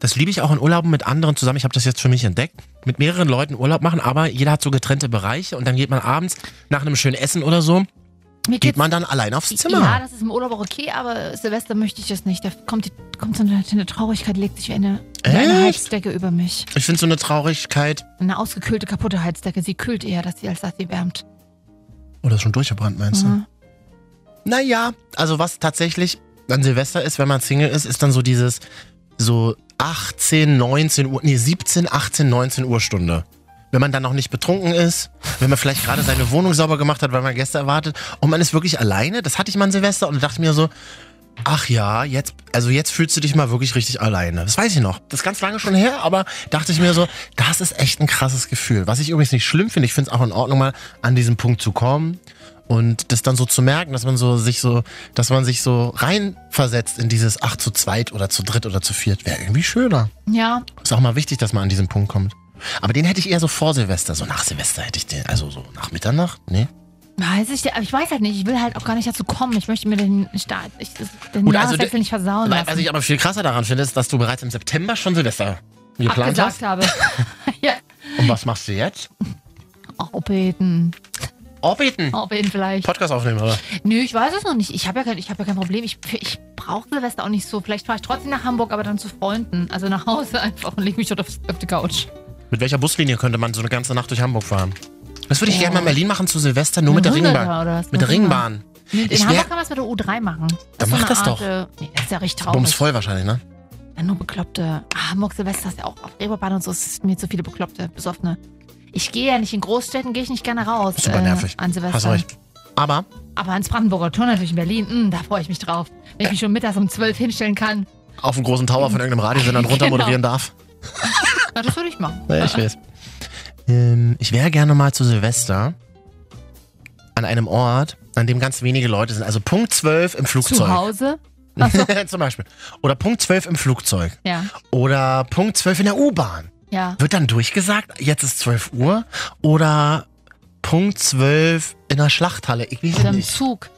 S1: Das liebe ich auch in Urlauben mit anderen zusammen. Ich habe das jetzt für mich entdeckt. Mit mehreren Leuten Urlaub machen, aber jeder hat so getrennte Bereiche und dann geht man abends nach einem schönen Essen oder so,
S2: Mir
S1: geht
S2: geht's,
S1: man dann allein aufs Zimmer.
S2: Ja, das ist im Urlaub auch okay, aber Silvester möchte ich das nicht. Da kommt, die, kommt so eine, eine Traurigkeit, legt sich wie eine, wie eine
S1: Echt?
S2: Heizdecke über mich.
S1: Ich finde so eine Traurigkeit.
S2: Eine ausgekühlte, kaputte Heizdecke. Sie kühlt eher, dass sie, als dass sie wärmt.
S1: Oh, das ist schon durchgebrannt, meinst du?
S2: Mhm.
S1: Naja, also was tatsächlich an Silvester ist, wenn man Single ist, ist dann so dieses so 18, 19 Uhr, nee, 17, 18, 19 Uhr Stunde. Wenn man dann noch nicht betrunken ist, wenn man vielleicht gerade seine Wohnung sauber gemacht hat, weil man Gäste erwartet und man ist wirklich alleine, das hatte ich mal an Silvester und dachte mir so, ach ja, jetzt, also jetzt fühlst du dich mal wirklich richtig alleine. Das weiß ich noch. Das ist ganz lange schon her, aber dachte ich mir so, das ist echt ein krasses Gefühl. Was ich übrigens nicht schlimm finde, ich finde es auch in Ordnung, mal an diesen Punkt zu kommen und das dann so zu merken, dass man so sich so, dass man sich so reinversetzt in dieses ach zu zweit oder zu dritt oder zu viert, wäre irgendwie schöner.
S2: Ja,
S1: Ist auch mal wichtig, dass man an diesen Punkt kommt. Aber den hätte ich eher so vor Silvester, so nach Silvester hätte ich den, also so nach Mitternacht, nee.
S2: weiß ich, aber ich weiß halt nicht. Ich will halt auch gar nicht dazu kommen. Ich möchte mir den Start, ich, den
S1: Gut, also
S2: Jahreswechsel
S1: de-
S2: nicht versauen
S1: Weil,
S2: lassen.
S1: was ich aber viel krasser daran finde, ist, dass du bereits im September schon Silvester geplant
S2: abgesagt
S1: hast.
S2: habe. ja.
S1: Und was machst du jetzt?
S2: Arbeiten.
S1: Orbiten.
S2: Arbeiten vielleicht.
S1: Podcast aufnehmen, oder?
S2: Nö, ich weiß es noch nicht. Ich habe ja, kein- ich hab ja kein Problem. Ich, ich, brauche Silvester auch nicht so. Vielleicht fahre ich trotzdem nach Hamburg, aber dann zu Freunden. Also nach Hause einfach und lege mich dort auf, auf die Couch.
S1: Mit welcher Buslinie könnte man so eine ganze Nacht durch Hamburg fahren? Das würde ich gerne mal
S2: Oh.
S1: in Berlin machen zu Silvester, nur mit der
S2: Hunderter
S1: Ringbahn.
S2: oder was?
S1: Mit der
S2: Eine Ringbahn.
S1: Ringbahn.
S2: Nee,
S1: Ich
S2: in
S1: wär-
S2: Hamburg kann man es mit der U3 machen. ist
S1: Dann mach das
S2: so eine
S1: doch.
S2: Art, äh, nee, das ist ja richtig traurig.
S1: Bums voll wahrscheinlich, ne?
S2: Ja, nur Bekloppte. Ah, Hamburg Silvester ist ja auch auf Reeperbahn und so. Es ist mir zu viele Bekloppte, Besoffene. Ich gehe ja nicht in Großstädten, gehe ich nicht gerne raus.
S1: Super nervig.
S2: Äh, an
S1: Hast
S2: Silvester.
S1: recht. Aber
S2: Aber ans Brandenburger Tor natürlich in Berlin. Mm, da freue ich mich drauf. Wenn ich mich schon mittags um 12 hinstellen kann.
S1: auf dem großen Tower von irgendeinem Radiosender runter
S2: Genau.
S1: moderieren darf.
S2: Na, das würde ich machen.
S1: Naja, ich weiß. Ähm, ich wäre gerne mal zu Silvester an einem Ort, an dem ganz wenige Leute sind. Also Punkt 12 im
S2: Zu
S1: Flugzeug.
S2: Hause?
S1: Zum Beispiel. Oder Punkt 12 im Flugzeug.
S2: Ja.
S1: Oder Punkt 12 in der U-Bahn.
S2: Ja.
S1: Wird dann durchgesagt, jetzt ist 12 Uhr. Oder Punkt 12 in der Schlachthalle. Ich weiß
S2: Oder
S1: es
S2: im
S1: nicht.
S2: Zug.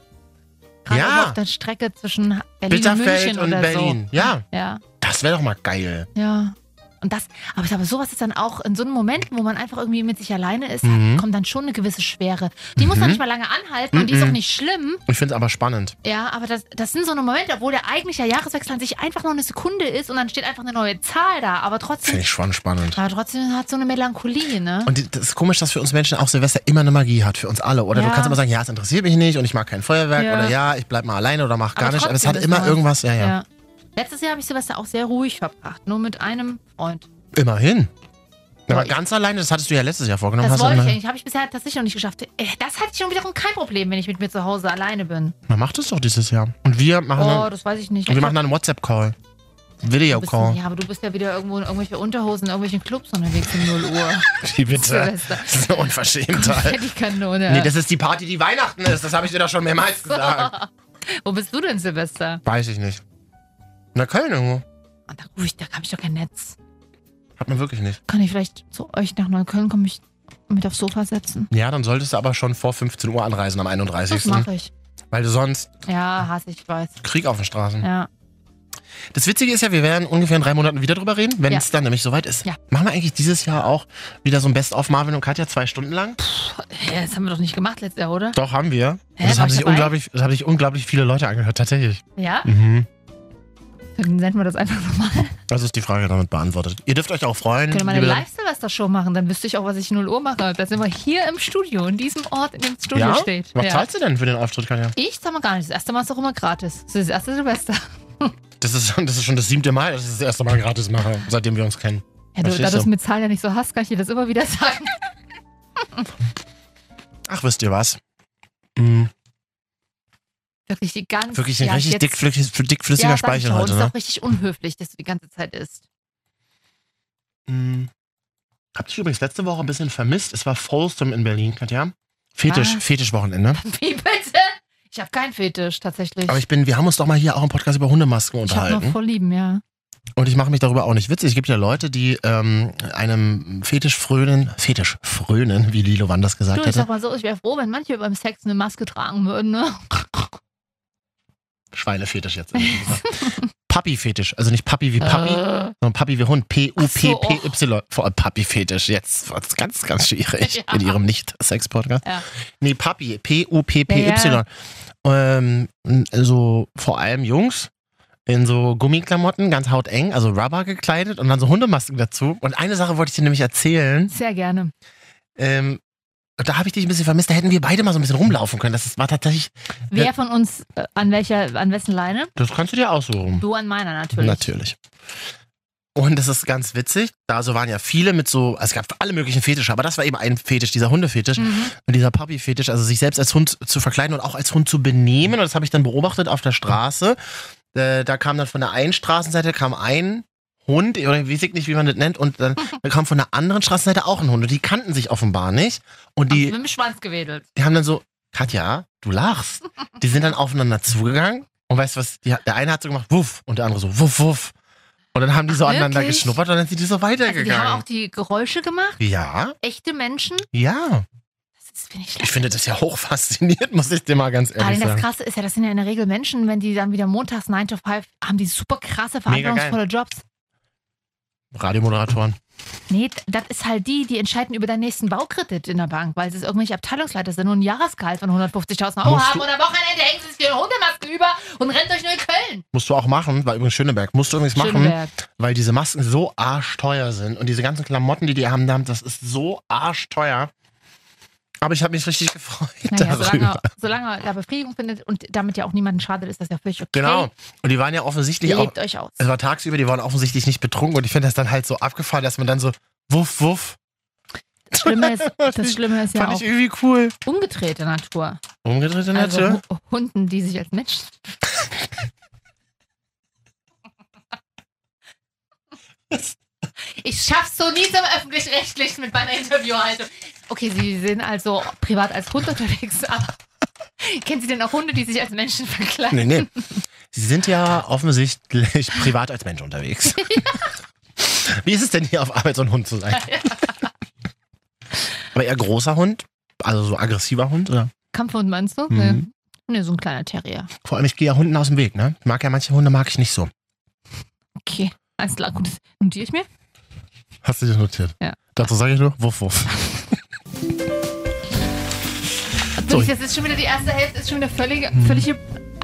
S2: Gerade
S1: Ja.
S2: auf der Strecke zwischen Berlin
S1: Bitterfeld
S2: und München
S1: und
S2: oder
S1: Berlin. Ja,
S2: so. Ja.
S1: das wäre doch mal geil.
S2: Ja. Und das, aber ich glaube, sowas ist dann auch in so einem Moment, wo man einfach irgendwie mit sich alleine ist,
S1: Mhm.
S2: kommt dann schon eine gewisse Schwere. Die muss man
S1: Mhm.
S2: nicht mal lange anhalten und die ist
S1: Mhm.
S2: auch nicht schlimm.
S1: Ich finde es aber spannend.
S2: Ja, aber das, das sind so eine Momente, obwohl der eigentliche Jahreswechsel an sich einfach nur eine Sekunde ist und dann steht einfach eine neue Zahl da. Aber
S1: Finde
S2: trotzdem,
S1: ich schon spannend.
S2: aber trotzdem hat so eine Melancholie, ne?
S1: Und das ist komisch, dass für uns Menschen auch Silvester immer eine Magie hat, für uns alle. Oder du
S2: Ja.
S1: kannst immer sagen, ja, es interessiert mich nicht und ich mag kein Feuerwerk
S2: Ja.
S1: oder ja, ich bleib mal alleine oder mach gar
S2: Aber
S1: nicht. Aber es
S2: trotzdem
S1: hat
S2: ist
S1: immer
S2: was.
S1: irgendwas, ja, ja,
S2: Ja. Letztes Jahr habe ich Silvester auch sehr ruhig verbracht, nur mit einem Freund.
S1: Immerhin. Aber
S2: ich-
S1: ganz alleine, das hattest du ja letztes Jahr vorgenommen.
S2: Das
S1: hast du
S2: wollte ich
S1: immer-
S2: eigentlich, habe ich bisher tatsächlich noch nicht geschafft. Äh, Das hatte ich schon wiederum kein Problem, wenn ich mit mir zu Hause alleine bin.
S1: Man macht es doch dieses Jahr. Und wir machen,
S2: Oh,
S1: dann,
S2: das weiß ich nicht.
S1: ne? wir machen dann einen WhatsApp-Call.
S2: Du bist-
S1: Video-Call.
S2: Ja, aber du bist ja wieder irgendwo in irgendwelche Unterhosen, in irgendwelchen Clubs unterwegs um 0 Uhr.
S1: Wie bitte?
S2: Silvester.
S1: Das ist eine Unverschämtheit.
S2: Konfettikanone.
S1: Nee, das ist die Party, die Weihnachten ist. Das habe ich dir doch schon mehrmals gesagt.
S2: Wo bist du denn, Silvester?
S1: Weiß ich nicht. Na, Köln irgendwo.
S2: Und da ruhig, da habe ich doch kein Netz.
S1: Hat man wirklich nicht.
S2: Kann ich vielleicht zu euch nach Neukölln kommen, mich mit aufs Sofa setzen?
S1: Ja, dann solltest du aber schon vor 15 Uhr anreisen am 31.
S2: Das mache ich.
S1: Weil du sonst
S2: Ja, hasse ich, weiß.
S1: Krieg auf den Straßen.
S2: Ja.
S1: Das Witzige ist ja, wir werden ungefähr in drei Monaten wieder drüber reden, wenn
S2: Ja.
S1: es dann nämlich soweit ist.
S2: Ja.
S1: Machen wir eigentlich dieses Jahr auch wieder so ein Best-of Marvin und Katja zwei Stunden lang?
S2: Hä, Das haben wir doch nicht gemacht letztes Jahr, oder?
S1: Doch, haben wir.
S2: Hä,
S1: und das
S2: war
S1: haben,
S2: ich
S1: sich
S2: dabei?
S1: unglaublich, das haben sich unglaublich viele Leute angehört, tatsächlich.
S2: Ja?
S1: Mhm.
S2: Dann senden wir das einfach nochmal.
S1: Das ist die Frage damit beantwortet. Ihr dürft euch auch freuen.
S2: Können wir mal eine
S1: liebe-
S2: Live-Silvester-Show machen, dann wüsste ich auch, was ich 0 Uhr mache. Da sind wir hier im Studio, in diesem Ort, in dem das Studio
S1: ja?
S2: steht.
S1: Was
S2: ja.
S1: zahlst du denn für den Auftritt, Katja?
S2: Ich zahle mal gar nicht. Das erste Mal ist doch immer gratis. Das ist das erste Silvester.
S1: Das ist, das ist schon das siebte Mal, dass ich das erste Mal gratis mache, seitdem wir uns kennen.
S2: Ja, du, da
S1: Verstehst
S2: du es
S1: du?
S2: mit Zahlen ja nicht so hast, kann ich dir das immer wieder sagen.
S1: Ach, wisst ihr was? Mhm.
S2: Wirklich die ganze
S1: Wirklich ein
S2: ja,
S1: richtig
S2: jetzt-
S1: dickflüssig- dickflüssiger
S2: ja, sag ich
S1: Speichel
S2: doch, Und
S1: heute,
S2: es ist
S1: ne?
S2: auch richtig unhöflich, dass du die ganze Zeit isst.
S1: Mhm. Hab dich übrigens letzte Woche ein bisschen vermisst. Es war Folstum in Berlin, Katja. Fetisch,
S2: Was?
S1: Fetischwochenende.
S2: Wie bitte? Ich habe keinen Fetisch, tatsächlich.
S1: Aber ich bin, wir haben uns doch mal hier auch im Podcast über Hundemasken
S2: ich habe noch
S1: unterhalten.
S2: Vorlieben, ja.
S1: Und ich mache mich darüber auch nicht witzig. Es gibt ja Leute, die ähm, einem Fetisch frönen, Fetisch frönen, wie Lilo Wanders gesagt
S2: Du, ich
S1: hätte.
S2: sag mal so, ich wäre froh, wenn manche beim Sex eine Maske tragen würden, ne?
S1: Schweinefetisch jetzt. Papi-Fetisch. Also nicht Papi wie Papi,
S2: Äh.
S1: sondern Papi wie Hund. P-U-P-P-Y. Vor allem Papi-Fetisch. Jetzt wird's ganz, ganz schwierig
S2: Ja.
S1: in ihrem Nicht-Sex-Podcast.
S2: Ja.
S1: Nee, Papi. P-U-P-P-Y. Ähm, so vor allem Jungs in so Gummiklamotten, ganz hauteng, also Rubber gekleidet und dann so Hundemasken dazu. Und eine Sache wollte ich dir nämlich erzählen.
S2: Sehr gerne.
S1: Ähm, da habe ich dich ein bisschen vermisst. Da hätten wir beide mal so ein bisschen rumlaufen können. Das ist- war tatsächlich.
S2: Wer von uns äh, an welcher, an wessen Leine?
S1: Das kannst du dir aussuchen.
S2: Du an meiner natürlich.
S1: Natürlich. Und das ist ganz witzig. Da so waren ja viele mit so, also es gab alle möglichen Fetische, aber das war eben ein Fetisch, dieser Hundefetisch
S2: Mhm.
S1: und dieser Puppy-Fetisch, also sich selbst als Hund zu verkleiden und auch als Hund zu benehmen. Und das habe ich dann beobachtet auf der Straße. Äh, da kam dann von der einen Straßenseite kam ein Hund, oder weiß ich nicht, wie man das nennt, und dann kam von der anderen Straßenseite auch ein Hund. Und die kannten sich offenbar nicht. Und die
S2: Mit dem Schwanz gewedelt.
S1: die haben dann so, Katja, du lachst. Die sind dann aufeinander zugegangen und weißt du was, die, der eine hat so gemacht, wuff, und der andere so, wuff, wuff. Und dann haben die so
S2: Ach,
S1: aneinander
S2: wirklich?
S1: geschnuppert und dann sind die so
S2: Also die haben
S1: weitergegangen.
S2: auch die Geräusche gemacht.
S1: ja,
S2: Echte Menschen.
S1: ja.
S2: Das ist, finde ich, schlecht.
S1: Ich finde das ja hochfaszinierend, muss ich dir mal ganz ehrlich
S2: Allein das
S1: sagen.
S2: Krasse ist ja, das sind ja in der Regel Menschen, wenn die dann wieder montags 9 to 5 haben, die super krasse,
S1: Mega geil.
S2: verantwortungsvolle Jobs.
S1: Radiomoderatoren.
S2: Nee, das ist halt die, die entscheiden über deinen nächsten Baukredit in der Bank, weil es ist irgendwelche Abteilungsleiter sind und ein Jahresgehalt von 150.000 Euro
S1: Musst
S2: haben
S1: du-
S2: und am Wochenende hängen sie sich die Hundemasken über und rennen durch Neukölln.
S1: Musst du auch machen, weil übrigens Schöneberg, musst du übrigens machen,
S2: Schöneberg.
S1: weil diese Masken so arschteuer sind und diese ganzen Klamotten, die die haben, da, das ist so arschteuer. Aber ich habe mich richtig gefreut
S2: Naja, solange,
S1: darüber.
S2: solange er da Befriedigung findet und damit ja auch niemanden schadet, ist das ja völlig okay.
S1: Genau. Und die waren ja offensichtlich auch,
S2: Lebt euch aus.
S1: es war tagsüber, die waren offensichtlich nicht betrunken und ich finde das dann halt so abgefahren, dass man dann so wuff, wuff,
S2: Das Schlimme ist, das Schlimme ist ja
S1: fand
S2: auch
S1: ich irgendwie cool.
S2: umgedrehte Natur.
S1: Umgedrehte
S2: Also
S1: Natur.
S2: Hu- Hunden, die sich als Menschen. Ich schaff's so nie zum öffentlich-rechtlichen mit meiner Interviewhaltung. Okay, Sie sind also privat als Hund unterwegs, aber kennen Sie denn auch Hunde, die sich als Menschen verkleiden?
S1: Nee, nee. Sie sind ja offensichtlich privat als Mensch unterwegs. Wie ist es denn hier auf Arbeit so ein Hund zu sein? Aber eher großer Hund? Also so aggressiver Hund? Oder?
S2: Kampfhund meinst du?
S1: Mhm.
S2: Nee. nee, so ein kleiner Terrier.
S1: Vor allem, ich gehe ja Hunden aus dem Weg, ne? Ich mag ja manche Hunde, mag ich nicht so.
S2: Okay, alles klar, gut. das Notiere ich mir?
S1: Hast du dir notiert?
S2: Ja.
S1: Dazu sage ich nur, wuff, wuff. So. Hm.
S2: Wirklich, das ist schon wieder die erste Hälfte, ist schon wieder völlige, völlige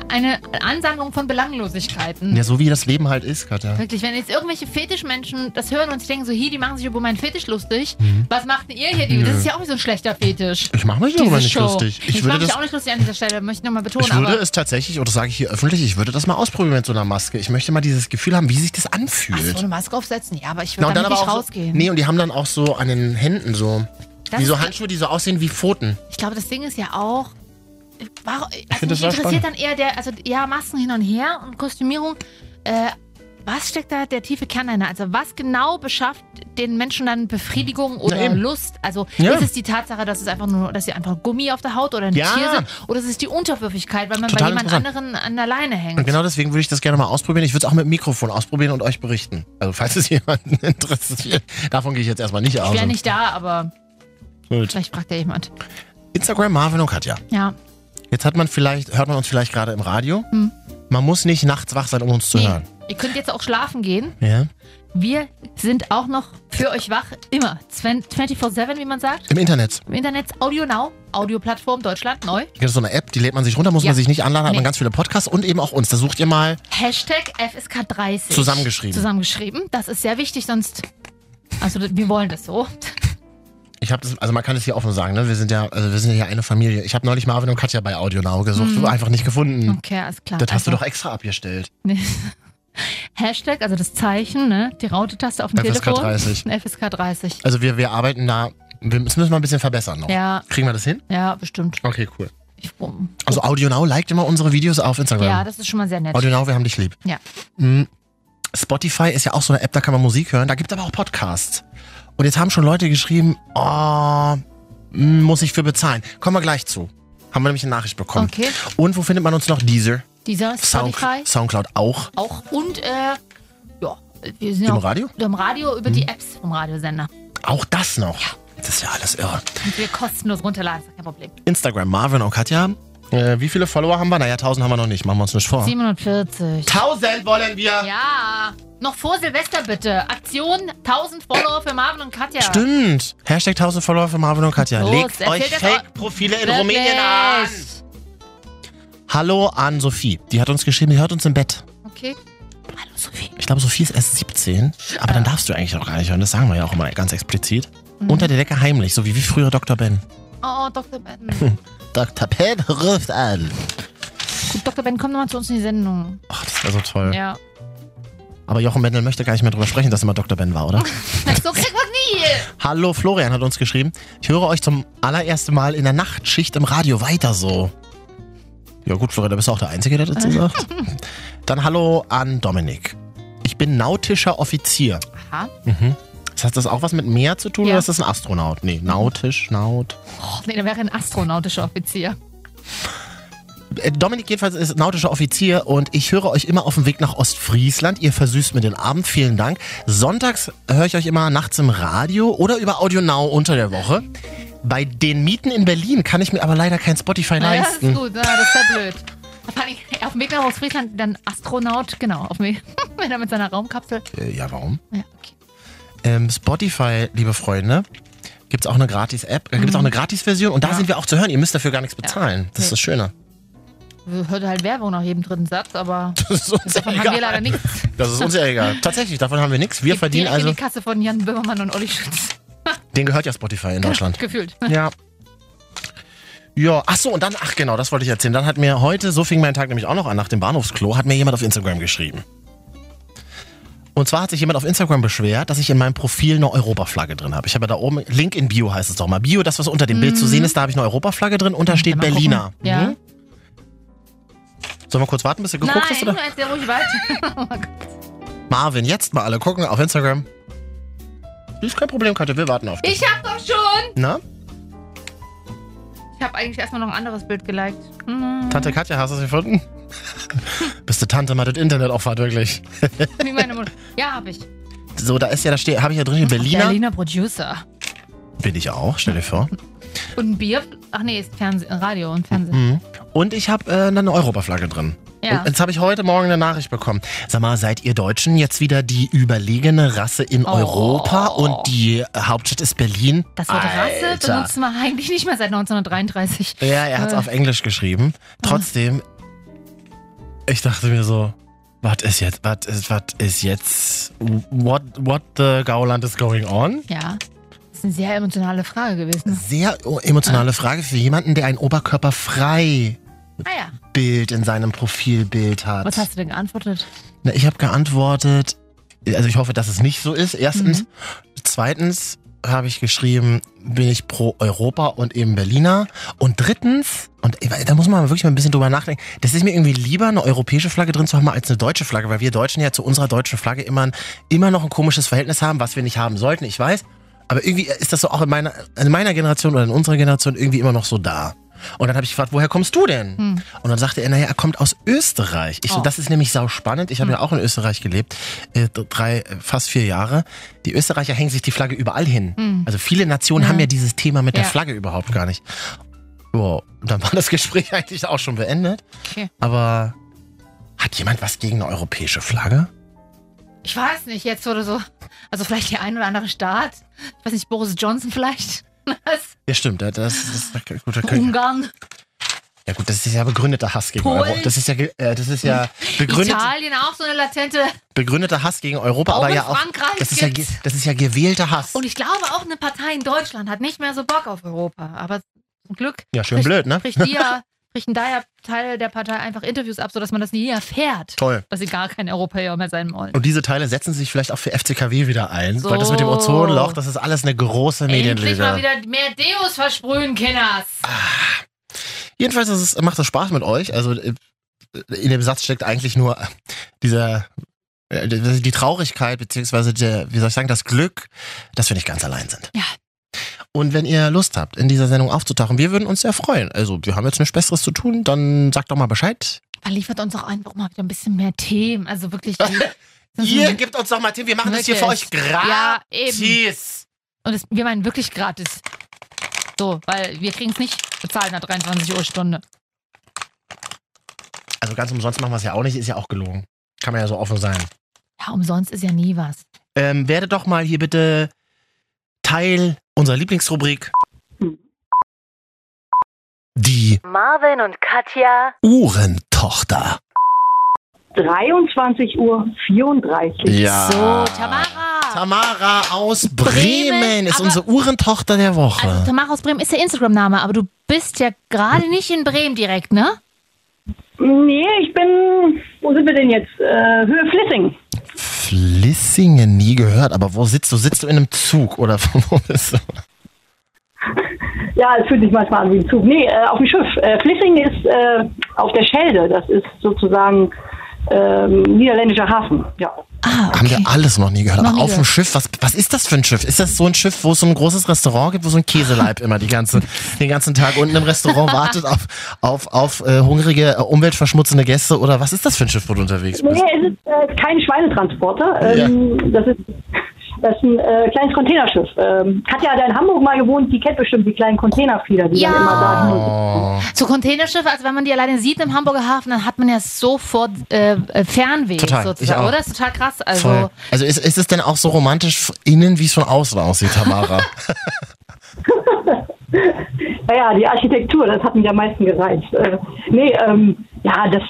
S2: eine Ansammlung von Belanglosigkeiten.
S1: Ja, so wie das Leben halt ist, Katja.
S2: Wirklich, wenn jetzt irgendwelche Fetischmenschen das hören und sich denken, so, hier, die machen sich über meinen Fetisch lustig. Was macht denn ihr hier? Die, das ist ja auch nicht so ein schlechter Fetisch.
S1: Hm. Ich mache mich
S2: Diese
S1: darüber nicht
S2: Show.
S1: lustig. Ich,
S2: ich mache
S1: würde
S2: mich
S1: das,
S2: auch nicht lustig an dieser Stelle, möchte ich nochmal betonen.
S1: ich würde
S2: aber,
S1: es tatsächlich, oder das sage ich hier öffentlich, ich würde das mal ausprobieren mit so einer Maske. Ich möchte mal dieses Gefühl haben, wie sich das anfühlt.
S2: ach so, eine Maske aufsetzen? Ja, aber ich
S1: Na,
S2: würde
S1: und
S2: damit nicht
S1: auch so-
S2: rausgehen.
S1: Nee, und die haben dann auch so an den Händen so.
S2: Das
S1: wie so
S2: ist-
S1: Handschuhe, die so aussehen wie Pfoten.
S2: Ich glaube, das Ding ist ja auch. Warum, also
S1: finde
S2: mich
S1: das sehr
S2: interessiert dann eher der, also ja, Masken hin und her und Kostümierung. Äh, was steckt da der tiefe Kern dahinter? Also was genau beschafft den Menschen dann Befriedigung oder
S1: eben.
S2: Lust? Also
S1: Ja.
S2: ist es die Tatsache, dass es einfach nur, dass sie einfach Gummi auf der Haut oder ein
S1: Ja.
S2: Tier sind? Oder ist es die Unterwürfigkeit, weil man bei
S1: Total
S2: jemand
S1: interessant.
S2: anderen an der Leine
S1: Und
S2: hängt?
S1: genau deswegen würde ich das gerne mal ausprobieren. Ich würde es auch mit dem Mikrofon ausprobieren und euch berichten. Also falls es jemanden interessiert. Davon gehe ich jetzt erstmal nicht
S2: Ich
S1: aus.
S2: wäre nicht da, aber
S1: Gut.
S2: vielleicht fragt ja jemand.
S1: Instagram Marvin und Katja.
S2: Ja,
S1: Jetzt hat man vielleicht, hört man uns vielleicht gerade im Radio. Man muss nicht nachts wach sein, um uns zu
S2: Hm. nee.
S1: hören.
S2: ihr könnt jetzt auch schlafen gehen.
S1: Ja.
S2: Wir sind auch noch für euch wach, immer. 24-7, wie man sagt.
S1: Im Internet.
S2: Im Internet Audio Now, Audioplattform Deutschland, neu.
S1: Gibt es so eine App, die lädt man sich runter, muss
S2: Ja.
S1: man sich nicht anladen, hat man
S2: Nee.
S1: ganz viele Podcasts und eben auch uns. Da sucht ihr mal.
S2: Hashtag FSK30.
S1: Zusammengeschrieben.
S2: Zusammengeschrieben. Das ist sehr wichtig, sonst. Also, wir wollen das so.
S1: Ich habe das, also man kann es hier offen sagen, ne? Wir sind ja, also wir sind ja eine Familie. Ich habe neulich Marvin und Katja bei Audio Now gesucht, einfach nicht gefunden.
S2: Mhm. Okay, alles klar.
S1: Hm. Das hast du
S2: Also,
S1: doch extra abgestellt.
S2: nee. Hashtag, also das Zeichen, ne? Die Raute-Taste auf dem
S1: FSK
S2: Telefon.
S1: 30.
S2: FSK30.
S1: Also wir, wir arbeiten da, wir, das müssen wir ein bisschen verbessern noch.
S2: Ja,
S1: Kriegen wir das hin?
S2: ja, bestimmt.
S1: Okay, cool.
S2: Ich, um,
S1: Also AudioNow liked immer uunsere Videos auf Instagram.
S2: ja, das ist schon mal sehr nett.
S1: AudioNow, wir haben dich lieb.
S2: Ja.
S1: Mm, Spotify ist ja auch so eine App, da kann man Musik hören, da gibt es aber auch Podcasts. Und jetzt haben schon Leute geschrieben, oh, mm, muss ich für bezahlen. Kommen wir gleich zu. Haben wir nämlich eine Nachricht bekommen.
S2: Okay.
S1: Und wo findet man uns noch? Deezer,
S2: Dieser
S1: Sound,
S2: Spotify
S1: Soundcloud auch.
S2: auch. Und, äh, ja, wir sind
S1: Im
S2: ja auch
S1: Radio? Hm.
S2: im Radio über die Apps vom Radiosender.
S1: Auch das noch. Das ist ja alles irre.
S2: Und wir kostenlos runterladen, ist ja kein Problem.
S1: Instagram, Marvin und Katja. Äh, wie viele Follower haben wir? Naja, 1000 haben wir noch nicht. Machen wir uns nicht vor.
S2: 740.
S1: 1000 wollen wir!
S2: Ja, noch vor Silvester bitte. Aktion 1000 Follower für Marvin und Katja.
S1: Stimmt! Hashtag 1000 Follower für Marvin und Katja.
S2: Los,
S1: Legt
S2: erzählt
S1: euch
S2: das
S1: Fake-Profile in
S2: Wirklich.
S1: Rumänien an! Hallo an Sophie. Die hat uns geschrieben, die hört uns im Bett.
S2: Okay. Hallo Sophie.
S1: Ich glaube, Sophie ist erst 17. Aber dann darfst du eigentlich noch gar nicht hören. Das sagen wir ja auch immer ganz explizit. Unter der Decke heimlich, so wie, wie früher Dr. Ben.
S2: Oh, Dr. Ben.
S1: Dr. Ben ruft an.
S2: Gut, Dr. Ben, komm nochmal zu uns in die Sendung.
S1: Ach, das wäre so toll.
S2: Ja.
S1: Aber Jochen Bendel möchte gar nicht mehr drüber sprechen, dass er mal Dr. Ben war, oder?
S2: so kriegt man nie.
S1: Hallo, Florian hat uns geschrieben. Ich höre euch zum allerersten Mal in der Nachtschicht im Radio weiter so. Ja gut, Florian, da bist du auch der Einzige, der dazu sagt. Dann hallo an Dominik. Ich bin nautischer Offizier.
S2: Aha.
S1: Das heißt, das auch was mit Meer zu tun
S2: Ja.
S1: oder ist das ein Astronaut? Nee, nautisch, naut.
S2: Oh, nee, da wäre ein astronautischer Offizier.
S1: Äh, Dominik jedenfalls ist nautischer Offizier und ich höre euch immer auf dem Weg nach Ostfriesland. Ihr versüßt mir den Abend, vielen Dank. Sonntags höre ich euch immer nachts im Radio oder über Audio Now unter der Woche. Bei den Mieten in Berlin kann ich mir aber leider kein Spotify
S2: Na, das ist
S1: leisten.
S2: gut, na, das ist ja blöd. Vor allem, Auf dem Weg nach Ostfriesland, dann Astronaut, genau, auf dem Weg. Wenn er mit seiner Raumkapsel.
S1: Äh, ja, warum?
S2: Ja, okay.
S1: ähm, Spotify, liebe Freunde, gibt es auch eine Gratis-App, da gibt es auch eine Gratis-Version und da
S2: Mhm. Ja.
S1: sind wir auch zu hören. Ihr müsst dafür gar nichts bezahlen. Das
S2: Nee.
S1: ist das Schöne.
S2: Hört halt Werbung nach jedem dritten Satz, aber
S1: Das ist uns ja
S2: davon haben wir leider
S1: egal.
S2: nichts.
S1: Das ist uns ja egal. Tatsächlich, davon haben wir nichts. Wir
S2: Geht
S1: verdienen
S2: direkt
S1: also,
S2: in die Kasse von Jan Böhmermann und Olli Schütz.
S1: den gehört ja Spotify
S2: Genau.
S1: in Deutschland.
S2: Gefühlt.
S1: Ja. Ja, ach so, und dann, ach genau, das wollte ich erzählen. Dann hat mir heute, so fing mein Tag nämlich auch noch an, nach dem Bahnhofsklo, hat mir jemand auf Instagram geschrieben. Und zwar hat sich jemand auf Instagram beschwert, dass ich in meinem Profil eine Europaflagge drin habe. Ich habe da oben, Link in Bio heißt es doch mal. Bio, das, was unter dem Bild zu sehen ist, da habe ich eine Europaflagge drin und da steht
S2: Mhm. Mal gucken.
S1: Berliner.
S2: Ja.
S1: Mhm. Sollen wir kurz warten, bis du geguckt hast?
S2: Nein,
S1: Oder?
S2: jetzt sehr ruhig weiter.
S1: Marvin, jetzt mal alle gucken auf Instagram. Ist kein Problem, Katja, wir warten auf dich. ne?
S2: ich hab doch schon.
S1: Na?
S2: Ich hab eigentlich erstmal noch ein anderes Bild geliked. Hm,
S1: Tante Katja, hast du es gefunden? Bist du Tante, mal das Internet auffahrt, wirklich.
S2: wie meine Mutter. Ja, hab ich.
S1: So, da ist ja, da steht, habe ich ja drin, Berliner.
S2: Berliner Producer.
S1: Bin ich auch, stell dir vor.
S2: Und ein Bier. Ach nee, ist Fernseh, Radio und Fernsehen.
S1: Mhm. Und ich habe äh, eine Europaflagge drin.
S2: Ja.
S1: Und jetzt habe ich heute Morgen eine Nachricht bekommen. Sag mal, seid ihr Deutschen jetzt wieder die überlegene Rasse in
S2: Oh.
S1: Europa und die äh, Hauptstadt ist Berlin?
S2: Das Wort Rasse
S1: Alter.
S2: benutzt man eigentlich nicht mehr seit 1933.
S1: Ja, er hat es
S2: Äh.
S1: auf Englisch geschrieben. Trotzdem, ich dachte mir so, was ist jetzt, was ist, was ist jetzt, what, what the Gauland is going on?
S2: Ja. Das ist eine sehr emotionale Frage gewesen.
S1: Sehr o- emotionale Frage für jemanden, der ein oberkörperfrei
S2: Ah ja.
S1: Bild in seinem Profilbild hat.
S2: Was hast du denn geantwortet?
S1: Na, ich habe geantwortet, also ich hoffe, dass es nicht so ist.
S2: Mhm.
S1: Erstens. Zweitens habe ich geschrieben, bin ich pro Europa und eben Berliner. Und drittens, und da muss man wirklich mal ein bisschen drüber nachdenken, das ist mir irgendwie lieber, eine europäische Flagge drin zu haben, als eine deutsche Flagge, weil wir Deutschen ja zu unserer deutschen Flagge immer, ein- immer noch ein komisches Verhältnis haben, was wir nicht haben sollten, ich weiß. Aber irgendwie ist das so auch in meiner, in meiner Generation oder in unserer Generation irgendwie immer noch so da. Und dann habe ich gefragt, woher kommst du denn? Und dann sagte er, naja, er kommt aus Österreich. Ich so,
S2: Oh.
S1: das ist nämlich sau spannend. Ich habe ja auch in Österreich gelebt, äh, drei, äh, fast vier Jahre. Die Österreicher hängen sich die Flagge überall hin. Also viele Nationen
S2: Ja.
S1: haben ja dieses Thema mit der
S2: Ja.
S1: Flagge überhaupt gar nicht. Wow, und dann war das Gespräch eigentlich auch schon beendet.
S2: Okay.
S1: Aber hat jemand was gegen eine europäische Flagge?
S2: Ich weiß nicht, jetzt wurde so. Also vielleicht der ein oder andere Staat. Ich weiß nicht, Boris Johnson vielleicht. Was?
S1: Ja, stimmt. Das, das, das, gut, da können-
S2: Ungarn,
S1: ja gut, das ist ja begründeter Hass gegen
S2: Polen.
S1: Europa. Das ist ja, ge- äh, das ist ja begründet,
S2: Italien auch so eine latente.
S1: begründeter Hass gegen Europa,
S2: Auch
S1: aber
S2: in
S1: ja auch.
S2: Frankreich
S1: Das ist ja, ge-
S2: gibt's. Oh,
S1: das ist ja gewählter Hass.
S2: Und ich glaube auch eine Partei in Deutschland hat nicht mehr so Bock auf Europa. Aber zum Glück
S1: Ja, schön blöd, ne?
S2: bricht die ja, brichten da ja Teile der Partei einfach Interviews ab, sodass man das nie erfährt,
S1: Toll.
S2: dass sie gar kein Europäer mehr sein wollen.
S1: Und diese Teile setzen sich vielleicht auch für FCKW wieder ein,
S2: So.
S1: weil das mit dem Ozonloch, das ist alles eine große
S2: Endlich mal
S1: Medienlüge.
S2: wieder mehr Deos versprühen, Kinders.
S1: Jedenfalls ist es, macht es Spaß mit euch. Also äh, in dem Satz steckt eigentlich nur äh, dieser äh, die die Traurigkeit beziehungsweise der, wie soll ich sagen, das Glück, dass wir nicht ganz allein sind.
S2: Ja.
S1: Und wenn ihr Lust habt, in dieser Sendung aufzutauchen, wir würden uns sehr freuen. Also wir haben jetzt nichts Besseres zu tun, dann sagt doch mal Bescheid.
S2: Man liefert uns auch einfach mal wieder ein bisschen mehr Themen. Also wirklich.
S1: Ihr gebt uns doch mal Themen, wir machen das hier für euch
S2: Mhm. Wirklich. Ja, eben.
S1: gratis.
S2: Und es, wir meinen wirklich gratis. So, weil wir kriegen es nicht bezahlt nach 23 Uhr Stunde.
S1: Also ganz umsonst machen wir es ja auch nicht, ist ja auch gelogen. Kann man ja so offen sein.
S2: Ja, umsonst ist ja nie was.
S1: Ähm, werde doch mal hier bitte Teil unserer Lieblingsrubrik. Die
S5: Marvin und Katja.
S1: Uhrentochter.
S4: 23 Uhr 34.
S2: So, Oh, Tamara.
S1: Ah, Tamara aus Bremen,
S2: Bremen,
S1: ist
S2: aber-
S1: unsere Uhrentochter der Woche.
S2: Also Tamara aus Bremen ist der Instagram-Name, aber du bist ja
S1: Hm.
S2: gerade nicht in Bremen direkt, ne?
S4: Nee, ich bin. Wo sind wir denn jetzt? Äh, Höhe Flissing.
S1: Flissingen nie gehört, aber wo sitzt du? Sitzt du in einem Zug oder wo bist du?
S4: Ja, es fühlt sich manchmal an wie ein Zug. Nee, äh, auf dem Schiff. Äh, Flissing ist äh, auf der Schelde. Das ist sozusagen ähm, niederländischer Hafen. Ja.
S2: Ah,
S1: Haben wir alles noch nie gehört.
S2: Noch
S1: aber
S2: nie
S1: auf dem
S2: gehört.
S1: Schiff, was, was ist das für ein Schiff? Ist das so ein Schiff, wo es so ein großes Restaurant gibt, wo so ein Käseleib immer die ganze, den ganzen Tag unten im Restaurant wartet auf, auf, auf äh, hungrige, äh, umweltverschmutzende Gäste? Oder was ist das für ein Schiff, wo du unterwegs
S4: Nee,
S1: bist?
S4: es ist äh, kein Schweinetransporter. Ähm, Das ist Das ist ein äh, kleines Containerschiff. Ähm, Katja hat ja in Hamburg mal gewohnt, die kennt bestimmt die kleinen Containerflieder, die
S2: Ja.
S4: dann immer da sind.
S1: Oh.
S2: So Containerschiffe, also wenn man die alleine sieht im Hamburger Hafen, dann hat man ja sofort äh, äh, Fernweh
S1: Total, ich
S2: sozusagen,
S1: auch.
S2: oder? Das ist total krass. Also
S1: Voll. Also ist, ist es denn auch so romantisch innen, wie es von außen aussieht, Tamara?
S4: Naja, die Architektur, das hat mich am meisten gereizt. Äh, nee, ähm, ja, das,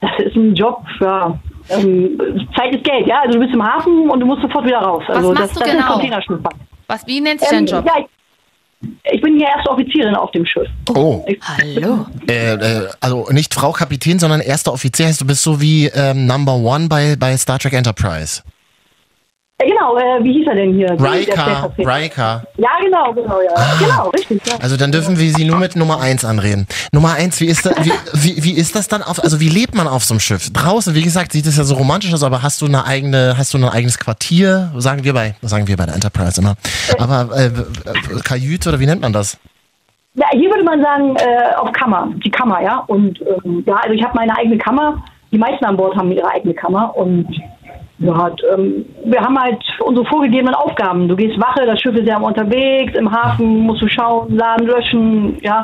S4: das ist ein Job. Ja. Ähm, Zeit ist Geld, ja. Also du bist im Hafen und du musst sofort wieder raus.
S2: Was
S4: Also
S2: machst
S4: das,
S2: du
S4: das
S2: genau?
S4: ist Containerschifffahrt.
S2: was, wie nennt sich dein
S4: Ähm,
S2: Job?
S4: Ja, ich, ich bin hier erste Offizierin auf dem Schiff.
S1: Oh.
S2: Hallo.
S1: Äh, äh, also nicht Frau Kapitän, sondern erster Offizier. Heißt, du bist so wie ähm, Number One bei, bei Star Trek Enterprise.
S4: Äh, genau, äh, wie hieß er denn hier? Der- der
S1: Riker,
S4: Stellvertreter.
S1: Riker.
S4: Ja, genau, genau, ja. Genau, richtig. Ja.
S1: Also dann dürfen wir sie nur mit Nummer eins anreden. Nummer eins, wie ist, da, wie, wie, wie ist das dann auf, also wie lebt man auf so einem Schiff? Draußen, wie gesagt, sieht es ja so romantisch aus, aber hast du eine eigene, hast du ein eigenes Quartier? Sagen wir bei, sagen wir bei der Enterprise immer. Aber äh, äh, Kajüte oder wie nennt man das?
S4: Ja, hier würde man sagen, äh, auf Kammer, die Kammer, ja. Und ähm, ja, also ich habe meine eigene Kammer. Die meisten an Bord haben ihre eigene Kammer und ja, halt, ähm, wir haben halt unsere vorgegebenen Aufgaben. Du gehst Wache, das Schiff ist ja unterwegs, im Hafen musst du schauen, Laden löschen, ja.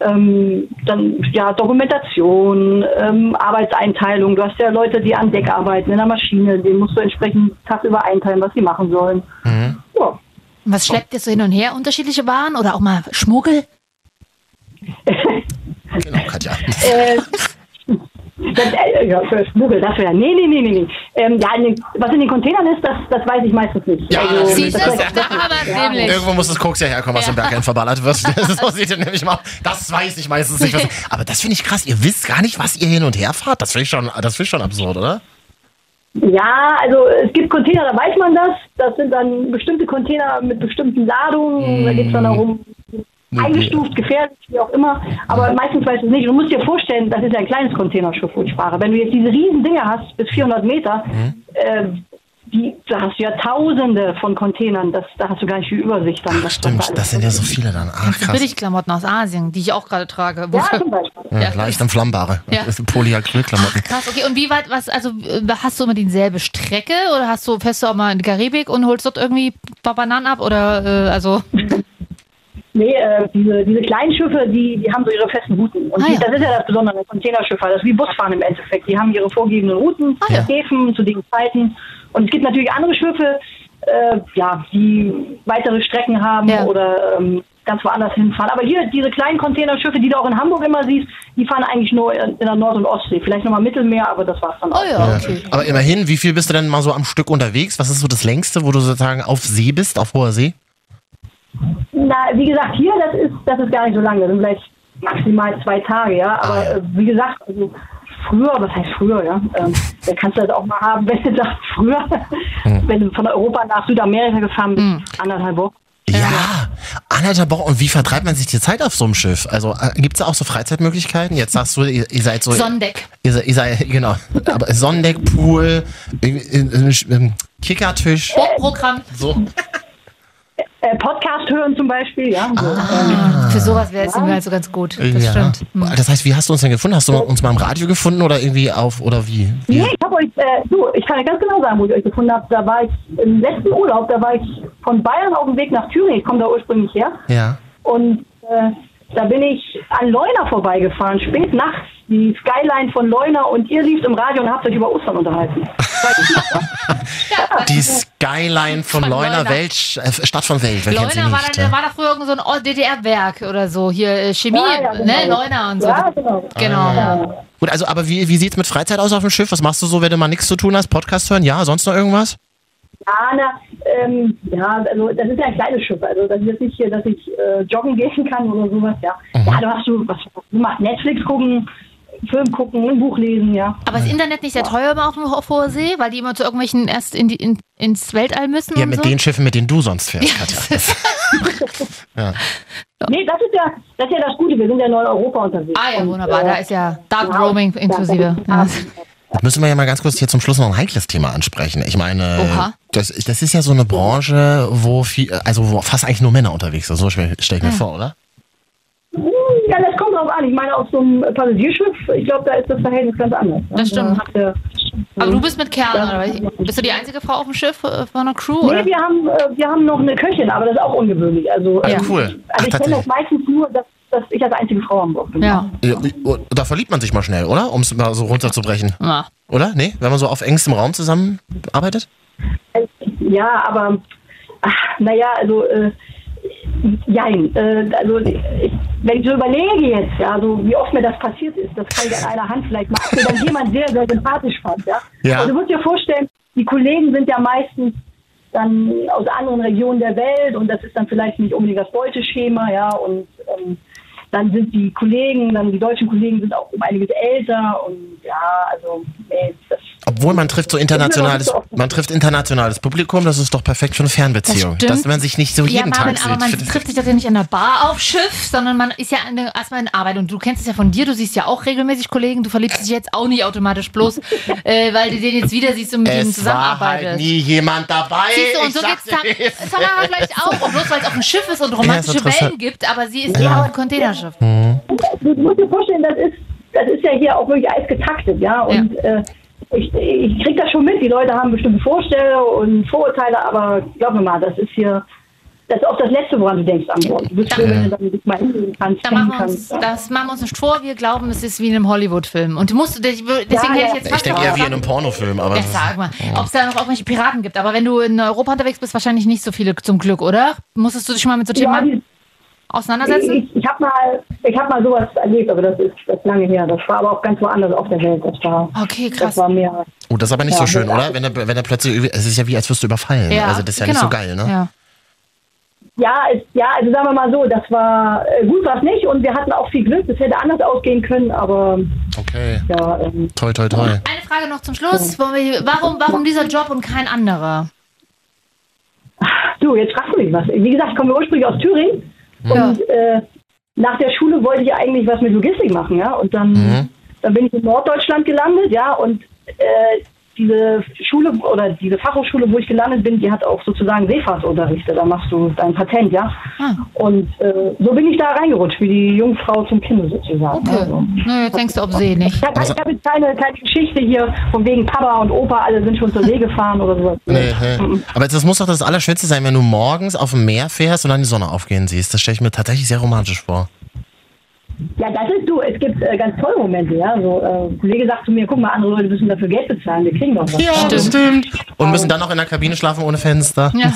S4: Ähm, dann ja Dokumentation, ähm, Arbeitseinteilung. Du hast ja Leute, die an Deck arbeiten in der Maschine, denen musst du entsprechend tagsüber einteilen, was sie machen sollen. Ja.
S2: Was schleppt ihr so hin und her? Unterschiedliche Waren oder auch mal Schmuggel?
S1: Genau, Katja.
S4: Äh, das, äh, ja, für Schmuggel, das wäre. Nee, nee, nee, nee, nee. Ähm, ja, in den, was in den Containern ist, das, das weiß ich meistens nicht.
S1: Ja,
S4: Also,
S1: Ah, das
S2: Siehst du,
S4: das weiß ich-
S2: da haben wir nämlich.
S1: Irgendwo muss das Koks ja herkommen, was im Berg verballert wird. so sieht ihr nämlich mal. Das weiß ich meistens nicht. Was, aber das finde ich krass. Ihr wisst gar nicht, was ihr hin und her fahrt. Das finde ich schon, das finde ich schon absurd, oder?
S4: ja, also es gibt Container, da weiß man das. Das sind dann bestimmte Container mit bestimmten Ladungen. Da geht es dann darum,
S1: Mhm.
S4: eingestuft, gefährlich, wie auch immer. Aber meistens weiß es nicht. Du musst dir vorstellen, das ist ja ein kleines Containerschiff, wo ich fahre. Wenn du jetzt diese riesen Dinger hast, bis 400 Meter,
S1: Mhm.
S4: ähm, die, da hast du ja Tausende von Containern. Das, da hast du gar nicht die Übersicht. Dann, was- was da alles
S1: Stimmt, Also das sind ja so viele dann. Ach, krass.
S2: Billigklamotten aus Asien, die ich auch gerade trage. Wo-
S4: Ja, zum Beispiel.
S1: Ja, leicht am Flammbare.
S2: Ja.
S1: Das sind Polyacrylklamotten.
S2: Krass, okay. Und wie weit, was, also äh, hast du immer dieselbe Strecke oder hast du, fährst du auch mal in die Karibik und holst dort irgendwie ein paar Bananen ab oder äh, also
S4: Nee, äh, diese, diese kleinen Schiffe, die, die haben so ihre festen Routen. Und
S2: Ah,
S4: die,
S2: ja.
S4: das ist ja das Besondere an Containerschiffe, das ist wie Busfahren im Endeffekt. Die haben ihre vorgegebenen Routen,
S2: Ah, ja.
S4: Häfen zu den Zeiten. Und es gibt natürlich andere Schiffe, äh, ja, die weitere Strecken haben
S2: Ja.
S4: oder ähm, ganz woanders hinfahren. Aber hier, diese kleinen Containerschiffe, die du auch in Hamburg immer siehst, die fahren eigentlich nur in, in der Nord- und Ostsee. Vielleicht nochmal Mittelmeer, aber das war's dann auch.
S2: Oh ja, okay.
S1: Aber immerhin, wie viel bist du denn mal so am Stück unterwegs? Was ist so das längste, wo du sozusagen auf See bist, auf hoher See?
S4: Na, wie gesagt, hier, das ist, das ist gar nicht so lang. Das sind vielleicht maximal zwei Tage, ja. Aber
S1: Ah, ja.
S4: Äh, wie gesagt, also früher, was heißt früher, ja? Ähm, da kannst du das auch mal haben, wenn du sagst, früher,
S1: Hm.
S4: wenn du von Europa nach Südamerika gefahren bist, anderthalb Wochen.
S1: Ja, anderthalb Wochen. Und wie vertreibt man sich die Zeit auf so einem Schiff? Also gibt es da auch so Freizeitmöglichkeiten? Jetzt sagst du, ihr, ihr
S2: Oh
S1: seid so...
S2: Sonnendeck.
S1: Ihr seid, ihr seid genau. Aber Sonnendeck, Pool, äh, äh, äh, Kickertisch.
S2: Bob-Programm.
S1: So.
S4: Äh, Podcast hören zum Beispiel, ja. Ähm, So.
S2: Für sowas wäre es irgendwie halt so ganz gut. Das
S1: Ja.
S2: stimmt. Hm.
S1: Das heißt, wie hast du uns denn gefunden? Hast du uns mal im Radio gefunden oder irgendwie auf oder wie? wie?
S4: Nee, ich habe euch, äh, du, ich kann dir ganz genau sagen, wo ich euch gefunden habe. Da war ich im letzten Urlaub, da war ich von Bayern auf dem Weg nach Thüringen. Ich komme da ursprünglich her.
S1: Ja.
S4: Und äh, da bin ich an Leuna vorbeigefahren, spät nachts, die Skyline von Leuna und ihr lieft im Radio und habt euch über Ostern unterhalten.
S1: Die Skyline von,
S2: Also, Von
S1: Leuna,
S2: Leuna.
S1: Welt, äh, Stadt von Welt. Wer kennt sie
S2: Leuna war,
S1: nicht?
S2: dann,
S1: ja?
S2: war da früher irgend so ein DDR-Werk oder so. Hier äh, Chemie,
S4: Ja, ja, genau.
S2: ne? Leuna und so.
S4: Ja, genau.
S2: Genau.
S1: Gut, also aber wie, wie sieht's mit Freizeit aus auf dem Schiff? Was machst du so, wenn du mal nichts zu tun hast? Podcast hören? Ja, sonst noch irgendwas?
S4: Ja, na, ähm, ja, also das ist ja ein kleines Schiff. Also das ist jetzt nicht hier, dass ich äh, joggen gehen kann oder sowas, ja.
S2: Mhm.
S4: Ja, du hast du was du machst Netflix gucken, Film gucken, ein Buch lesen, ja.
S2: Aber ist Internet nicht sehr teuer immer auf dem auf hoher See, weil die immer zu irgendwelchen erst in die, in, ins Weltall müssen
S1: Ja,
S2: und
S1: mit
S2: so?
S1: den Schiffen, mit denen du sonst fährst, Katja.
S2: das ist-
S4: Nee, das ist ja, das ist ja das Gute, wir sind ja in Europa unterwegs.
S2: ah ja,
S4: Und,
S2: wunderbar.
S4: äh,
S2: Da ist ja Dark
S4: ja,
S2: Roaming
S4: ja,
S2: inklusive.
S4: da
S2: Ja.
S4: ist-
S1: Das müssen wir ja mal ganz kurz hier zum Schluss noch ein heikles Thema ansprechen. Ich meine,
S2: Oha.
S1: das, das ist ja so eine Branche, wo viel, also wo fast eigentlich nur Männer unterwegs sind. So stelle ich
S2: Hm.
S1: mir vor, oder?
S4: Hm, Ja, das kommt drauf an. Ich meine, auf so einem Passagierschiff, ich glaube, da ist das Verhältnis ganz anders.
S2: Das stimmt.
S4: Da hat der
S2: Aber du bist mit Kerlen, oder? was? Bist du die einzige Frau auf dem Schiff äh, von einer Crew?
S4: Nee,
S2: Oder?
S4: wir haben, äh, wir haben noch eine Köchin, aber das ist auch ungewöhnlich. Also,
S2: Ja.
S4: ähm,
S1: Cool. Ach,
S4: also ich kenne das
S1: tatsächlich.
S4: meistens nur, dass, dass ich als einzige Frau am Bord bin.
S2: Ja.
S1: Ja, und Da verliebt man sich mal schnell, oder? Um es mal so runterzubrechen.
S2: ja.
S1: Oder? Nee? Wenn man so auf engstem Raum zusammenarbeitet?
S4: Ja, aber naja, also äh, jein. Äh, also ich, wenn ich so überlege jetzt, ja, so wie oft mir das passiert ist, das kann ich an einer Hand vielleicht machen, wenn jemand sehr, sehr sympathisch fand, ja.
S1: Ja.
S4: Also du musst dir vorstellen, die Kollegen sind ja meistens dann aus anderen Regionen der Welt und das ist dann vielleicht nicht unbedingt das deutsche Schema, ja, und ähm, dann sind die Kollegen, dann die deutschen Kollegen sind auch um einiges älter und ja, also nee, das
S1: Obwohl man trifft so internationales, man trifft internationales Publikum, das ist doch perfekt für eine Fernbeziehung.
S2: Das stimmt.
S1: Dass man sich nicht so
S2: Ja,
S1: jeden
S2: Marvin,
S1: Tag
S2: aber man
S1: sieht. Ich find das-
S2: trifft sich das ja nicht an der Bar auf Schiff, sondern man ist ja in der- erstmal in Arbeit. Und du kennst es ja von dir, du siehst ja auch regelmäßig Kollegen, du verliebst dich jetzt auch nicht automatisch bloß, äh, weil du den jetzt wieder siehst und mit ihm
S1: es war
S2: zusammenarbeitest.
S1: halt nie jemand dabei.
S2: Siehst du, und so
S1: Ich
S2: geht's
S1: sag's dir.
S2: Tam- Tamara vielleicht auch. Und bloß weil es auf dem Schiff ist und romantische
S1: interessant.
S2: Wellen gibt, aber sie ist ja auch ein Containerschiff.
S4: du musst dir vorstellen, das ist, das ist ja hier auch wirklich eisgetaktet, ja. Und Äh, ich, ich krieg das schon mit. Die Leute haben bestimmte Vorstellungen und Vorurteile, aber glaub mir mal, das ist hier, das ist auch das Letzte, woran du denkst an Bord. Du bist
S2: Da-
S4: froh, wenn du dann mal hingehen kannst,
S2: Da
S4: pennen
S2: machen wir uns,
S4: kannst.
S2: das machen wir uns nicht vor, wir glauben, es ist wie in einem Hollywood-Film. Und du musst, deswegen hätte ich
S4: ja.
S2: jetzt
S1: Ich
S2: fast
S1: denke
S2: noch
S1: eher wie in
S2: gesagt,
S1: einem Pornofilm, aber.
S2: Ja, sag mal,
S1: oh.
S2: ob es da noch irgendwelche Piraten gibt. Aber wenn du in Europa unterwegs bist, wahrscheinlich nicht so viele zum Glück, oder? Musstest du dich mal mit so
S4: Ja,
S2: Themen
S4: die-
S2: auseinandersetzen?
S4: ich, ich habe mal, ich hab mal sowas erlebt, aber das ist, das ist lange her. Das war aber auch ganz woanders auf der Welt. Das war,
S2: Okay, Oh, krass.
S4: das war mehr.
S1: Oh, das ist aber nicht so
S4: Ja,
S1: schön,
S4: ja.
S1: oder? Wenn er, wenn er plötzlich, irgendwie- es ist ja wie, als wirst du überfallen. also das ist ja nicht so
S2: genau.
S1: geil, ne?
S2: Ja.
S4: Ja, es, ja, also sagen wir mal so, das war äh, gut war es nicht und wir hatten auch viel Glück. Das hätte anders ausgehen können, aber
S1: Okay.
S4: ja. Ähm,
S1: Toi, toi, toi.
S2: Eine Frage noch zum Schluss. Wollen wir- Warum, warum dieser Job und kein anderer?
S4: Du, jetzt fragst du mich was. Wie gesagt, ich komme ursprünglich aus Thüringen
S1: Hm.
S2: Ja.
S4: und äh, nach der Schule wollte ich eigentlich was mit Logistik machen, ja. Und dann,
S1: Mhm.
S4: dann bin ich in Norddeutschland gelandet, ja. Und äh, diese Schule oder diese Fachhochschule, wo ich gelandet bin, die hat auch sozusagen Seefahrtsunterricht. Da machst du dein Patent, ja.
S2: Ah.
S4: Und äh, so bin ich da reingerutscht, wie die Jungfrau zum Kinde sozusagen. Also,
S2: Okay. Also Nö, jetzt denkst du, ob See nicht.
S4: Ich habe ich hab jetzt keine, keine Geschichte hier von wegen Papa und Opa, alle sind schon zur See gefahren oder sowas.
S1: Nee,
S4: Mhm.
S1: nee. Aber das muss doch das Allerschönste sein, wenn du morgens auf dem Meer fährst und dann die Sonne aufgehen siehst. Das stelle ich mir tatsächlich sehr romantisch vor.
S4: Ja, das ist du. Es gibt äh, ganz tolle Momente, ja. So, äh, ein Kollege sagt zu mir, guck mal, andere Leute müssen dafür Geld bezahlen, wir kriegen doch was.
S2: Stimmt.
S1: Und müssen dann noch in der Kabine schlafen ohne Fenster.
S2: Ja.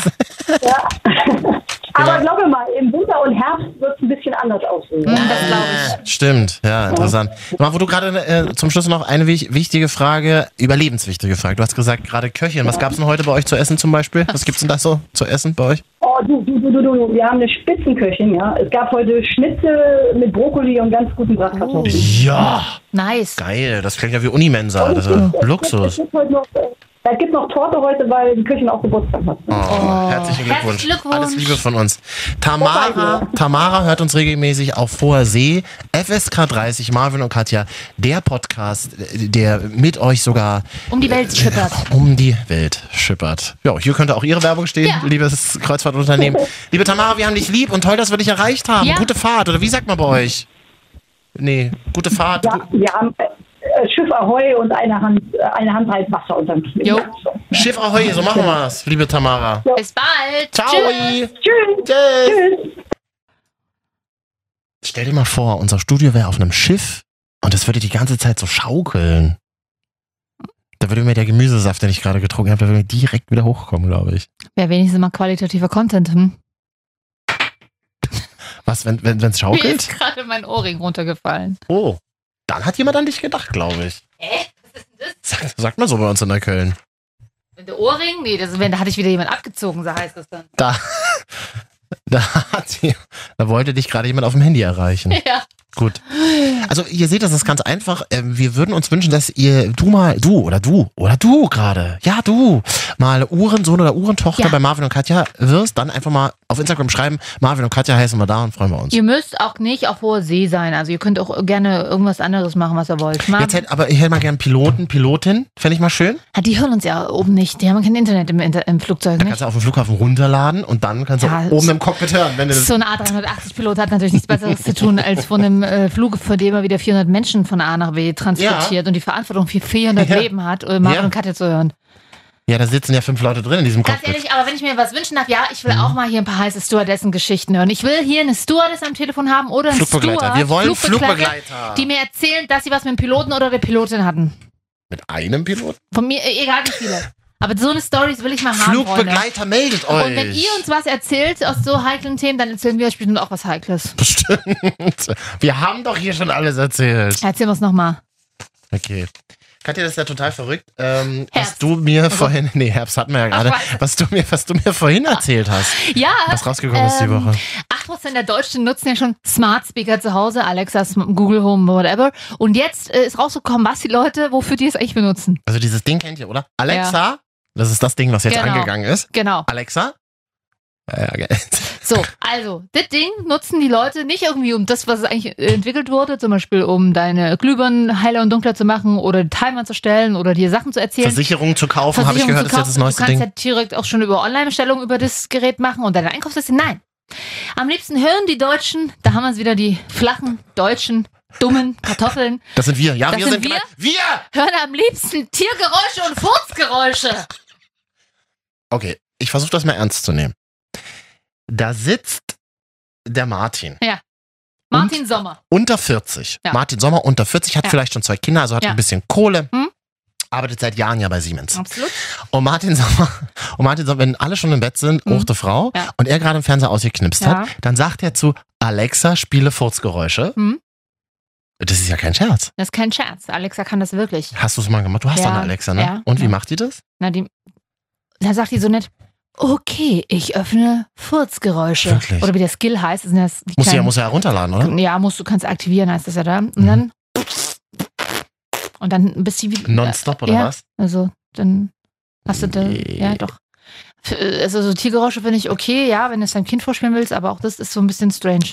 S4: Aber
S1: Genau.
S4: glaub mir mal, im Winter und Herbst wird es ein bisschen anders aussehen.
S2: Hm, Das
S1: Mhm.
S2: glaube
S1: Stimmt, ja, interessant. Sag Mal, wo du gerade äh, zum Schluss noch eine wich- wichtige Frage, überlebenswichtige Frage. Du hast gesagt, gerade Köchin. Was gab's denn heute bei euch zu essen zum Beispiel? Was gibt's denn da so zu essen bei euch?
S4: Oh, du, du, du, du, du, wir haben eine Spitzenköchin, ja. Es gab heute Schnitzel mit Brokkoli und ganz guten Bratkartoffeln.
S1: Ja,
S2: ich. Nice.
S1: geil. Das klingt ja wie Unimensa. Das ist ja
S4: Es
S1: Oh, Luxus.
S4: gibt heute noch, äh, es gibt noch Torte heute, weil die Köchin auch Geburtstag hat.
S1: Oh, herzlichen Glückwunsch.
S2: Herzlichen Glückwunsch.
S1: Alles Liebe von uns. Tamara, Tamara hört uns regelmäßig auf hoher See. FSK 30, Marvin und Katja, der Podcast, äh, der mit euch sogar
S2: Um die Welt schippert.
S1: um die Welt schippert. Ja, hier könnte auch Ihre Werbung stehen,
S2: Ja.
S1: liebes Kreuzfahrtunternehmen. Liebe Tamara, wir haben dich lieb und toll, dass wir dich erreicht haben.
S2: Ja.
S1: Gute Fahrt, oder wie sagt man bei euch? Nee, gute Fahrt.
S4: Ja, wir haben äh, Schiff Ahoi und eine Hand, äh, eine Hand halt Wasser unterm Knie.
S2: Jo.
S1: Schiff ahoi, so machen wir das, liebe Tamara.
S2: Bis bald.
S1: Ciao.
S2: Tschüss.
S4: Tschüss.
S1: Tschüss.
S4: Tschüss.
S1: Stell dir mal vor, unser Studio wäre auf einem Schiff und es würde die ganze Zeit so schaukeln. Da würde mir der Gemüsesaft, den ich gerade getrunken habe, der würde mir direkt wieder hochkommen, glaube ich.
S2: Wäre wenigstens mal qualitativer Content. Hm?
S1: Was, wenn es
S2: Mir ist
S1: schaukelt?
S2: gerade mein Ohrring runtergefallen.
S1: Oh, dann hat jemand an dich gedacht, glaube ich.
S2: Hä? Was ist denn das?
S1: Sagt, sagt man so bei uns in Neukölln.
S2: Wenn der Ohrring? Nee, das, wenn, da hatte ich wieder jemand abgezogen, so heißt das dann.
S1: Da, da, hat, die- da wollte dich gerade jemand auf dem Handy erreichen.
S2: Ja.
S1: Gut. Also ihr seht, das ist ganz einfach. Ähm, Wir würden uns wünschen, dass ihr du mal, du oder du oder du gerade, ja du, mal Uhrensohn oder Uhrentochter
S2: Ja.
S1: bei Marvin und Katja wirst, dann einfach mal auf Instagram schreiben, Marvin und Katja heißen wir da und freuen wir uns.
S2: Ihr müsst auch nicht auf hoher See sein. Also ihr könnt auch gerne irgendwas anderes machen, was ihr wollt. Mal,
S1: Jetzt hätte, aber ich hätte mal gern Piloten, Pilotin, fände ich mal schön.
S2: Ah, die hören uns ja oben nicht. Die haben kein Internet im, Inter im Flugzeug,
S1: Dann kannst
S2: nicht?
S1: du auf dem Flughafen runterladen und dann kannst du
S2: Mhm. Ja,
S1: oben im Cockpit hören, wenn du das
S2: So ein A380-Pilot hat natürlich nichts Besseres zu tun, als von einem einem äh, Flug, von dem er wieder 400 Menschen von A nach B transportiert und die Verantwortung für 400
S1: Ja.
S2: Leben hat, äh, Marvin
S1: Ja.
S2: und Katja zu hören.
S1: Ja, da sitzen ja fünf Leute drin in diesem
S2: Ganz
S1: Cockpit.
S2: ehrlich, aber wenn ich mir was wünschen darf, ja, ich will auch mal hier ein paar heiße Stewardessen-Geschichten hören. Ich will hier eine Stewardess am Telefon haben oder einen
S1: Flugbegleiter.
S2: Steward,
S1: Wir wollen Flugbegleiter.
S2: die mir erzählen, dass sie was mit dem Piloten oder der Pilotin hatten.
S1: Mit einem Piloten?
S2: Von mir, äh, egal wie viele. Aber so eine Stories will ich mal haben, Freunde.
S1: Flugbegleiter meldet euch.
S2: Und wenn ihr uns was erzählt aus so heiklen Themen, dann erzählen wir euch bestimmt auch was Heikles.
S1: Bestimmt. Wir haben doch hier schon alles erzählt.
S2: Erzählen wir es nochmal.
S1: Okay. Katja, das ist ja total verrückt. Ähm, was
S2: Herbst. Also-
S1: du mir vorhin, nee, Herbst hatten wir ja gerade,
S2: weiß.
S1: was du mir, was du mir vorhin erzählt hast,
S2: Ja,
S1: was rausgekommen ist die
S2: Ähm,
S1: Woche.
S2: 8% der Deutschen nutzen ja schon Smart Speaker zu Hause, Alexa, Sm- Google Home, whatever. Und jetzt äh, ist rausgekommen, was die Leute, wofür die es eigentlich benutzen.
S1: Also dieses Ding kennt ihr, oder? Alexa, das ist das Ding, was jetzt
S2: Genau.
S1: angegangen ist.
S2: Genau.
S1: Alexa? Ja, ja,
S2: So, also, das Ding nutzen die Leute nicht irgendwie um das, was eigentlich entwickelt wurde, zum Beispiel um deine Glühbirnen heiler und dunkler zu machen oder einen Timer zu stellen oder dir Sachen zu erzählen.
S1: Versicherungen zu kaufen, habe ich
S2: Versicherung
S1: gehört,
S2: zu
S1: ist jetzt
S2: kaufen.
S1: das neueste
S2: Du kannst
S1: Ding.
S2: ja direkt auch schon über Online-Bestellungen über das Gerät machen und deine Einkaufsliste. Nein. Am liebsten hören die Deutschen, da haben wir es wieder, die flachen, deutschen, dummen Kartoffeln,
S1: das sind wir. Ja,
S2: Das
S1: wir
S2: sind
S1: sind gemeint. Wir!
S2: hören am liebsten Tiergeräusche und Furzgeräusche.
S1: Okay, ich versuche das mal ernst zu nehmen. Da sitzt der Martin,
S2: Martin Sommer.
S1: unter 40.
S2: Ja.
S1: Martin Sommer, unter 40, hat
S2: Ja.
S1: vielleicht schon zwei Kinder, also hat
S2: Ja.
S1: ein bisschen Kohle.
S2: Hm?
S1: Arbeitet seit Jahren ja bei Siemens.
S2: Absolut.
S1: Und Martin Sommer, und Martin Sommer, wenn alle schon im Bett sind,
S2: Hm.
S1: mhm. Frau,
S2: Ja.
S1: und er gerade im Fernseher ausgeknipst
S2: Ja.
S1: hat, dann sagt er zu Alexa, spiele Furzgeräusche.
S2: Hm?
S1: Das ist ja kein Scherz.
S2: Das ist kein Scherz. Alexa kann das wirklich.
S1: Hast du es mal gemacht? Du hast
S2: Ja.
S1: ja. eine Alexa, ne?
S2: Ja.
S1: Und wie
S2: Ja.
S1: macht die das?
S2: Na, die, da sagt die so nett, okay, ich öffne Furzgeräusche.
S1: Wirklich?
S2: Oder wie der Skill heißt. Das sind das die
S1: Muss sie ja,
S2: kleinen-
S1: muss er ja runterladen, oder?
S2: Ja, musst du kannst aktivieren, heißt das ja da. Und
S1: Ah. Mhm.
S2: dann. Und dann bist du wie.
S1: Nonstop oder
S2: ja.
S1: was?
S2: Also, dann hast du da.
S1: Nee.
S2: Ja, doch. F- äh, Also, so Tiergeräusche finde ich okay, ja, wenn du es deinem Kind vorspielen willst, aber auch das ist so ein bisschen strange.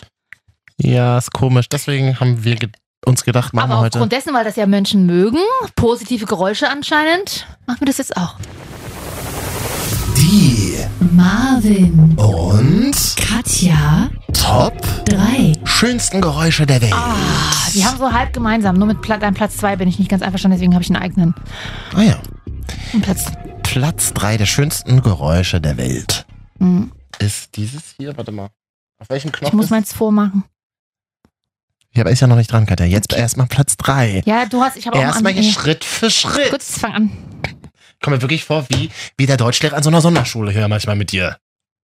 S1: Ja, ist komisch. Deswegen haben wir ge uns gedacht, machen
S2: aber
S1: wir heute.
S2: aufgrund dessen, weil das ja Menschen mögen, positive Geräusche anscheinend, machen wir das jetzt auch.
S6: Die
S2: Marvin,
S6: und
S2: Katja,
S1: Top
S2: 3.
S1: schönsten Geräusche der Welt. Ah,
S2: Wir haben so halb gemeinsam, nur mit Pla deinem Platz 2 bin ich nicht ganz einverstanden, deswegen habe ich einen eigenen.
S1: Ah ja.
S2: Und Platz.
S1: Platz 3 der schönsten Geräusche der Welt.
S2: Hm,
S1: Ist dieses hier, warte mal. Auf welchem Knopf?
S2: Ich muss
S1: ist-
S2: meins vormachen.
S1: ja, aber ist ja noch nicht dran, Katja. Jetzt erstmal Platz 3.
S2: Ja, du hast, ich habe auch einen
S1: erstmal hier
S2: anderen-
S1: Schritt für Schritt.
S2: Gut, fang an.
S1: Kommt mir wirklich vor, wie, wie der Deutschlehrer an so einer Sonderschule hier manchmal mit dir.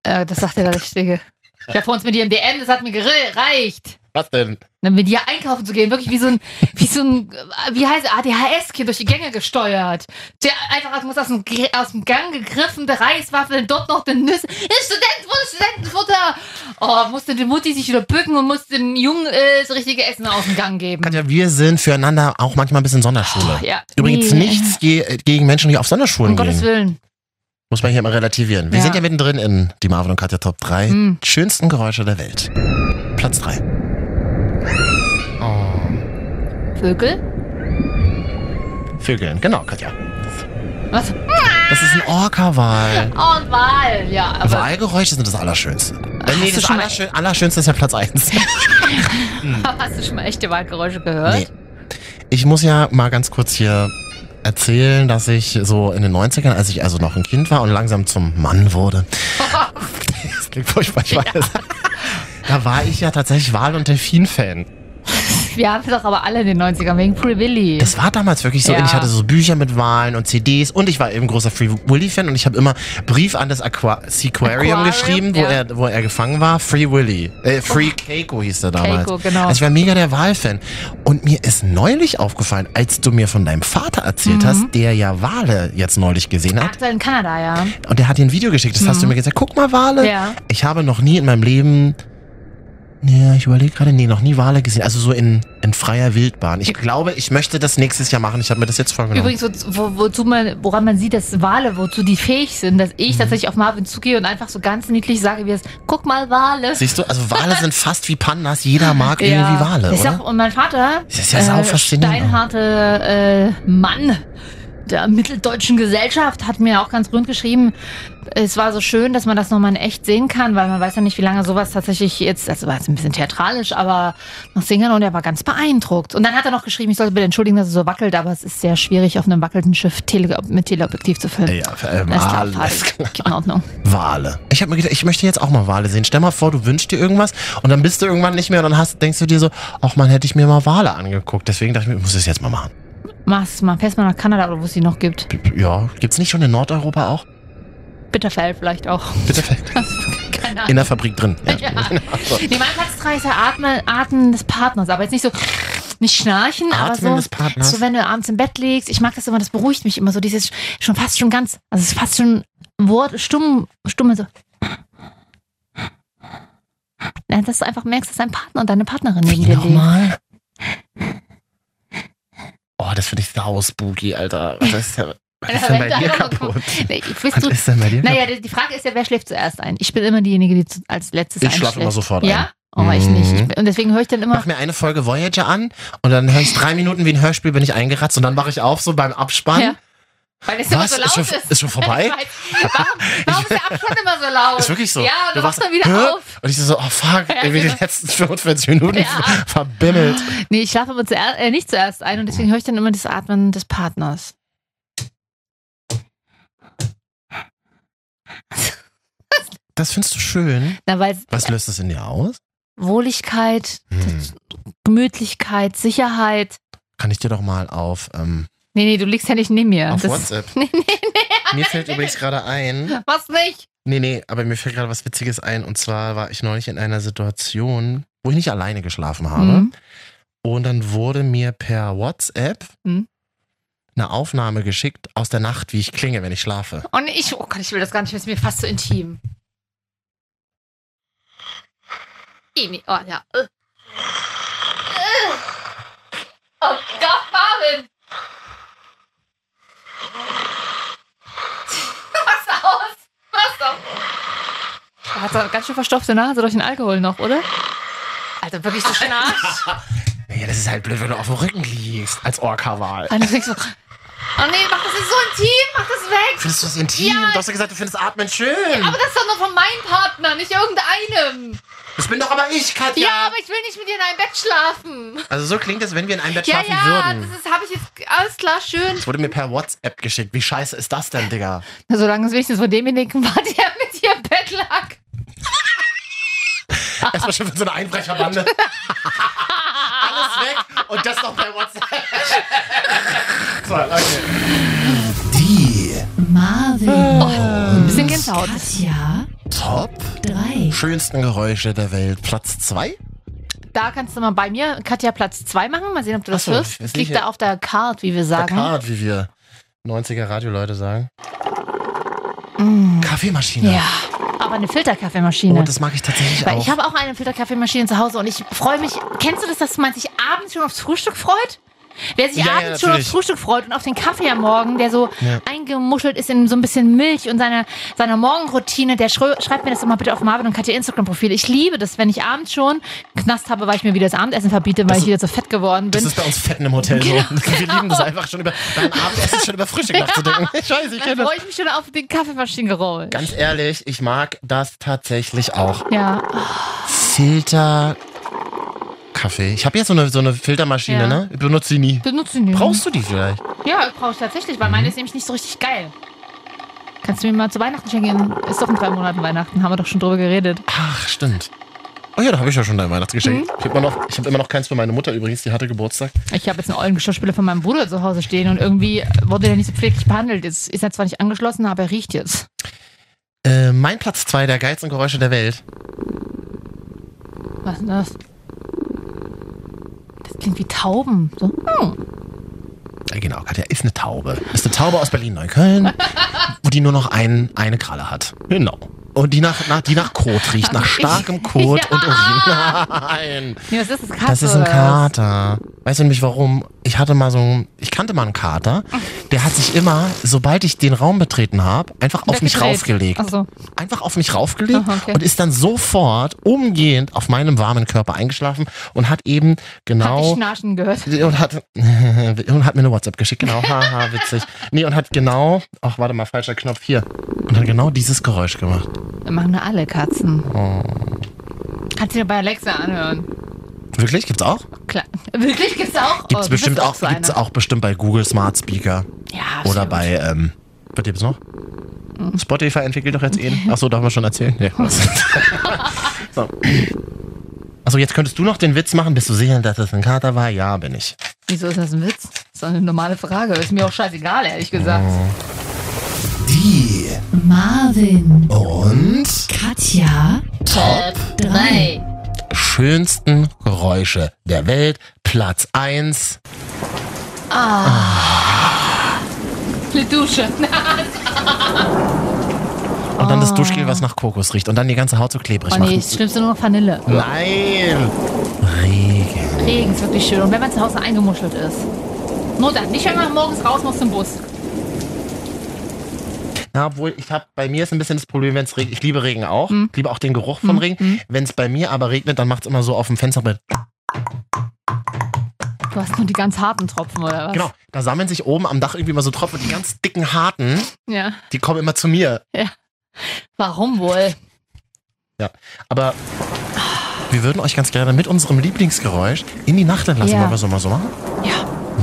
S2: Äh, das sagt ja der Richtige. Ich habe vor uns mit dir im DM, das hat mir gereicht.
S1: Was denn?
S2: Dann mit dir einkaufen zu gehen, wirklich wie so ein, wie so ein, äh, wie heißt ADHS-Kind durch die Gänge gesteuert. Der einfach aus- muss aus dem, Gr- aus dem Gang gegriffen, der Reiswaffeln, dort noch den Nüsse. Ist Student, wurde Studentenfutter. Oh, musste die Mutti sich wieder bücken und musste dem Jungen äh, das richtige Essen aus dem Gang geben. Oh,
S1: Katja, wir sind füreinander auch manchmal ein bisschen Sonderschule.
S2: Ja.
S1: Übrigens
S2: Nee.
S1: nichts ge gegen Menschen, die auf Sonderschulen
S2: Um
S1: gehen.
S2: Gottes Willen.
S1: Muss man hier mal relativieren. Wir
S2: Ja.
S1: sind ja mittendrin in die Marvin und Katja Top 3
S2: Hm.
S1: schönsten Geräusche der Welt. Platz 3. Oh.
S2: Vögel?
S1: Vögeln, genau, Katja.
S2: Was?
S1: Das ist ein Orca-Wal.
S2: Oh, ein Wal. Ja,
S1: Also
S2: aber.
S1: Walgeräusche sind das Allerschönste. Äh, nee,
S2: hast du
S1: das
S2: schon mal-
S1: Allerschön Allerschönste ist ja Platz 1.
S2: Hast du schon mal echte Waldgeräusche gehört?
S1: Nee. Ich muss ja mal ganz kurz hier erzählen, dass ich so in den 90ern, als ich also noch ein Kind war und langsam zum Mann wurde. das klingt furchtbar, ich weiß. Da war ich ja tatsächlich Wal- und Delfin-Fan.
S2: Wir haben es doch aber alle in den 90ern wegen Free Willy.
S1: Das war damals wirklich so.
S2: Ja.
S1: Und ich hatte so Bücher mit Wahlen und CDs und ich war eben großer Free Willy-Fan und ich habe immer Brief an das Aqua Seaquarium
S2: Aquarium,
S1: geschrieben, wo,
S2: ja. Oh.
S1: er, wo er gefangen war. Free Willy. Äh, Free Keiko hieß er damals.
S2: Keiko, genau.
S1: Also ich war mega der Wahlfan. Und mir ist neulich aufgefallen, als du mir von deinem Vater
S2: Mhm.
S1: erzählt hast, der ja Wale jetzt neulich gesehen hat.
S2: Aktuell in Kanada, ja.
S1: Und der hat dir ein Video geschickt. Das hast du mir gesagt, guck mal, Wale.
S2: Ah. Mhm. Ja.
S1: Ich habe noch nie in meinem Leben. Ja, ich überlege gerade, nee, noch nie Wale gesehen. Also so in, in freier Wildbahn. Ich glaube, ich möchte das nächstes Jahr machen. Ich habe mir das jetzt vorgenommen.
S2: Übrigens, wo, wo, wozu man, woran man sieht, dass Wale, wozu die fähig sind, dass ich tatsächlich auf Marvin zugehe und einfach so ganz niedlich sage, wie es, guck mal, Wale.
S1: Siehst du, also Wale sind fast wie Pandas. Jeder mag irgendwie Wale,
S2: Das ist
S1: oder?
S2: Auch, und mein Vater,
S1: Das ist ja sau faszinierend.
S2: steinharte äh, Mann, der mitteldeutschen Gesellschaft hat mir auch ganz rund geschrieben, es war so schön, dass man das nochmal in echt sehen kann, weil man weiß ja nicht, wie lange sowas tatsächlich jetzt, also war jetzt ein bisschen theatralisch, aber noch singen und er war ganz beeindruckt. Und dann hat er noch geschrieben, ich sollte bitte entschuldigen, dass es so wackelt, aber es ist sehr schwierig, auf einem wackelnden Schiff Tele mit Teleobjektiv zu filmen.
S1: Ja, ähm,
S2: Alles klar,
S1: alles
S2: Fabi.
S1: klar.
S2: Geht in Ordnung.
S1: Wale. Ich habe mir gedacht, ich möchte jetzt auch mal Wale sehen. Stell mal vor, du wünschst dir irgendwas und dann bist du irgendwann nicht mehr und dann hast, denkst du dir so, ach man, hätte ich mir mal Wale angeguckt. Deswegen dachte ich mir, ich muss es jetzt mal machen.
S2: Mach's mal, fährst mal nach Kanada oder wo es die noch gibt.
S1: Ja, gibt's nicht schon in Nordeuropa auch?
S2: Bitterfeld vielleicht auch.
S1: Bitte
S2: Keine Ahnung.
S1: in der Fabrik drin. Ja.
S2: Ja. Nee, mein Platz 3 ist ja Atmen, Atmen des Partners, aber jetzt nicht so nicht schnarchen, aber
S1: Atmen
S2: so,
S1: des Partners.
S2: so wenn du abends im Bett liegst, ich mag das immer, das beruhigt mich immer so, dieses schon fast schon ganz, also es ist fast schon ein Wort, stumm, stumme so. Ja, Dass du einfach merkst, dass dein Partner und deine Partnerin neben dir liegen.
S1: nochmal? Oh, das finde ich sau spooky, Alter. Was ist denn, was ist denn bei dir kaputt?
S2: Nee, ich-
S1: Was
S2: Bist du,
S1: ist denn bei dir kaputt?
S2: naja, die- die Frage ist ja, wer schläft zuerst ein? Ich bin immer diejenige, die zu- als letztes
S1: Ich schlafe
S2: einschläft.
S1: immer sofort ein.
S2: Ja? Oh, ich
S1: Mhm.
S2: nicht. Ich, bin- und deswegen höre ich dann immer,
S1: Mach mir eine Folge Voyager an und dann höre ich drei Minuten wie ein Hörspiel, bin ich eingeratzt und dann wache ich auf so beim Abspann.
S2: Ja. weil es immer
S1: Was?
S2: so
S1: Ist
S2: laut
S1: schon-
S2: ist.
S1: ist schon vorbei?
S2: Ich weiß. Warum, warum ist der Abstand immer so laut?
S1: Ist wirklich so.
S2: Ja, und du wachst dann wieder
S1: "Hä?"
S2: auf.
S1: Und ich so, oh fuck,
S2: Ja,
S1: irgendwie
S2: genau.
S1: die letzten 45 Minuten
S2: Ja.
S1: verbimmelt.
S2: Nee, ich schlafe immer zuerst, äh, nicht zuerst ein und deswegen höre ich dann immer das Atmen des Partners.
S1: Das findest du schön.
S2: Na, weil
S1: Was löst das in dir aus?
S2: Wohligkeit,
S1: Hm.
S2: Gemütlichkeit, Sicherheit.
S1: Kann ich dir doch mal auf, ähm,
S2: Nee, nee, du liegst ja nicht neben mir.
S1: auf
S2: Das-
S1: WhatsApp.
S2: Nee, nee,
S1: Mir fällt übrigens gerade ein,
S2: was nicht?
S1: Nee, nee, aber mir fällt gerade was Witziges ein. Und zwar war ich neulich in einer Situation, wo ich nicht alleine geschlafen habe.
S2: Mhm.
S1: Und dann wurde mir per WhatsApp
S2: Mhm.
S1: eine Aufnahme geschickt aus der Nacht, wie ich klinge, wenn ich schlafe.
S2: Und ich, oh Gott, ich will das gar nicht, das ist mir fast so intim. Eh, nee, Oh, ja. äh. Äh. Oh Gott, Marvin! Pass auf! Pass auf! Er hat doch ganz schön verstopfte Nase durch den Alkohol noch, oder? Alter, wirklich so schnarcht.
S1: Naja, das ist halt blöd, wenn du auf dem Rücken liegst, als Orca-Wahl.
S2: Und du denkst so, oh nee, mach das nicht so intim, mach das weg!
S1: Findest du das intim?
S2: Ja.
S1: Du hast doch gesagt, du findest Atmen schön.
S2: Aber das ist doch nur von meinem Partner, nicht irgendeinem!
S1: Das bin doch aber ich, Katja.
S2: Ja, aber ich will nicht mit dir in einem Bett schlafen.
S1: also so klingt es, wenn wir in einem Bett
S2: Ja,
S1: schlafen
S2: ja,
S1: würden.
S2: das ist, habe ich jetzt alles klar schön.
S1: Das wurde mir per WhatsApp geschickt. Wie scheiße ist das denn, Digga?
S2: Solange es wenigstens von demjenigen war, der mit dir im Bett lag.
S1: Erstmal schon mit so einer Einbrecherbande. Alles weg und das noch per WhatsApp. so, okay.
S6: Die
S2: Ein bisschen Gänsehaut.
S1: Top 3 schönsten Geräusche der Welt. Platz 2?
S2: Da kannst du mal bei mir Katja Platz 2 machen. Mal sehen, ob du das
S1: Ach so,
S2: wirst.
S1: das
S2: Das
S1: ist
S2: liegt
S1: nicht-
S2: da auf der Card, wie wir sagen.
S1: Card, wie wir 90er Radioleute sagen.
S2: Mm.
S1: Kaffeemaschine.
S2: Ja, aber eine Filterkaffeemaschine.
S1: Oh, das mag ich tatsächlich
S2: Weil
S1: auch.
S2: ich habe auch eine Filterkaffeemaschine zu Hause und ich freue mich. Kennst du das, dass man sich abends schon aufs Frühstück freut? Wer sich
S1: Ja, ja,
S2: abends schon
S1: natürlich.
S2: aufs Frühstück freut und auf den Kaffee am Morgen, der so
S1: Ja.
S2: eingemuschelt ist in so ein bisschen Milch und seiner seiner Morgenroutine, der schrö- schreibt mir das doch mal bitte auf Marvin und Katja Instagram-Profil. Ich liebe das, wenn ich abends schon Knast habe, weil ich mir wieder das Abendessen verbiete, weil
S1: Das
S2: ich wieder so fett geworden
S1: das
S2: bin. Genau.
S1: ist bei uns Fetten im Hotel so. Wir lieben das einfach schon über beim Abendessen schon über Frühstück nachzudenken. Ich weiß, ich
S2: Dann
S1: kenne das.
S2: freue ich mich schon auf den Kaffeemaschinengeräusch.
S1: Ganz ehrlich, ich mag das tatsächlich auch.
S2: ja,
S1: Filter Kaffee. Ich habe jetzt so eine, so eine Filtermaschine,
S2: Ja.
S1: ne? Ich benutze sie nie.
S2: benutze ihn nicht.
S1: Brauchst du die vielleicht?
S2: Ja, brauche ich tatsächlich, weil meine ist nämlich nicht so richtig geil. Kannst du mir mal zu Weihnachten schenken? Ist doch in drei Monaten Weihnachten, haben wir doch schon drüber geredet.
S1: Ach, stimmt. Oh ja, da habe ich ja schon dein Weihnachtsgeschenk. Ich habe immer, noch- ich hab immer noch keins für meine Mutter übrigens, die hatte Geburtstag.
S2: Ich habe jetzt einen ollen Geschirrspüler von meinem Bruder zu Hause stehen und irgendwie wurde der nicht so pfleglich behandelt. Jetzt ist er zwar nicht angeschlossen, aber er riecht jetzt.
S1: Äh, mein Platz zwei der geilsten Geräusche der Welt.
S2: Was ist das? Das klingt wie Tauben. So. Hm.
S1: Ja, genau, Katja, ist eine Taube. Ist eine Taube aus Berlin-Neukölln, wo die nur noch einen, eine Kralle hat. Genau. Und die nach, nach, die nach Kot riecht, nach starkem Kot und Urin. Nein.
S2: Nee, was ist das? Katze
S1: Das ist ein
S2: oder was?
S1: Kater. Weißt du nämlich warum? ich hatte mal so, ich kannte mal einen Kater, der hat sich immer, sobald ich den Raum betreten habe, einfach auf mich
S2: Weggedreht.
S1: raufgelegt.
S2: Achso.
S1: Einfach auf mich raufgelegt
S2: Aha, okay.
S1: und ist dann sofort umgehend auf meinem warmen Körper eingeschlafen und hat eben
S2: Hab ich
S1: genau
S2: Schnarchen gehört.
S1: und hat und hat mir eine WhatsApp geschickt. Genau, haha, witzig. Nee, und hat genau, ach warte mal, falscher Knopf hier. Und hat genau dieses Geräusch gemacht.
S2: Machen da alle Katzen.
S1: Oh.
S2: Kannst du dir bei Alexa anhören.
S1: Wirklich? Gibt's auch?
S2: Klar. Wirklich gibt's auch. Oh,
S1: Gibt's
S2: du bist
S1: bestimmt auch,
S2: so
S1: gibt's
S2: einer.
S1: auch bestimmt bei Google Smart Speaker
S2: Ja,
S1: oder
S2: absolut.
S1: bei ähm, was gibt's noch? Spotify entwickelt doch jetzt eh. Achso, darf man schon erzählen? Nee. so. Achso, jetzt könntest du noch den Witz machen. Bist du sicher, dass es ein Kater war? Ja, bin ich.
S2: Wieso ist das ein Witz? Das ist doch eine normale Frage. Ist mir auch scheißegal, ehrlich gesagt.
S6: die
S7: Marvin,
S6: und
S7: Katja,
S1: Top
S7: drei.
S1: schönsten Geräusche der Welt. Platz 1.
S2: Eine Dusche.
S1: Und dann das Duschgel, was nach Kokos riecht. Und dann die ganze Haut so klebrig
S2: Ah. Oh
S1: macht.
S2: nee, das Schlimmste nur noch Vanille.
S1: Nein! Regen.
S2: Regen ist wirklich schön. Und wenn man zu Hause eingemuschelt ist. Nur dann. Nicht, wenn man morgens raus muss zum Bus.
S1: Na, obwohl, ich habe bei mir ist ein bisschen das Problem, wenn es regnet. Ich liebe Regen auch.
S2: Mhm.
S1: Ich liebe auch den Geruch von Regen. Wenn es bei mir aber regnet, dann macht es immer so auf dem Fensterbrett.
S2: Du hast nur die ganz harten Tropfen, oder was?
S1: Genau. Da sammeln sich oben am Dach irgendwie immer so Tropfen. Die ganz dicken, harten,
S2: Ja.
S1: die kommen immer zu mir.
S2: Warum wohl?
S1: Aber wir würden euch ganz gerne mit unserem Lieblingsgeräusch in die Nacht entlassen.
S2: Ja.
S1: Wollen wir so mal so machen?
S2: Ja.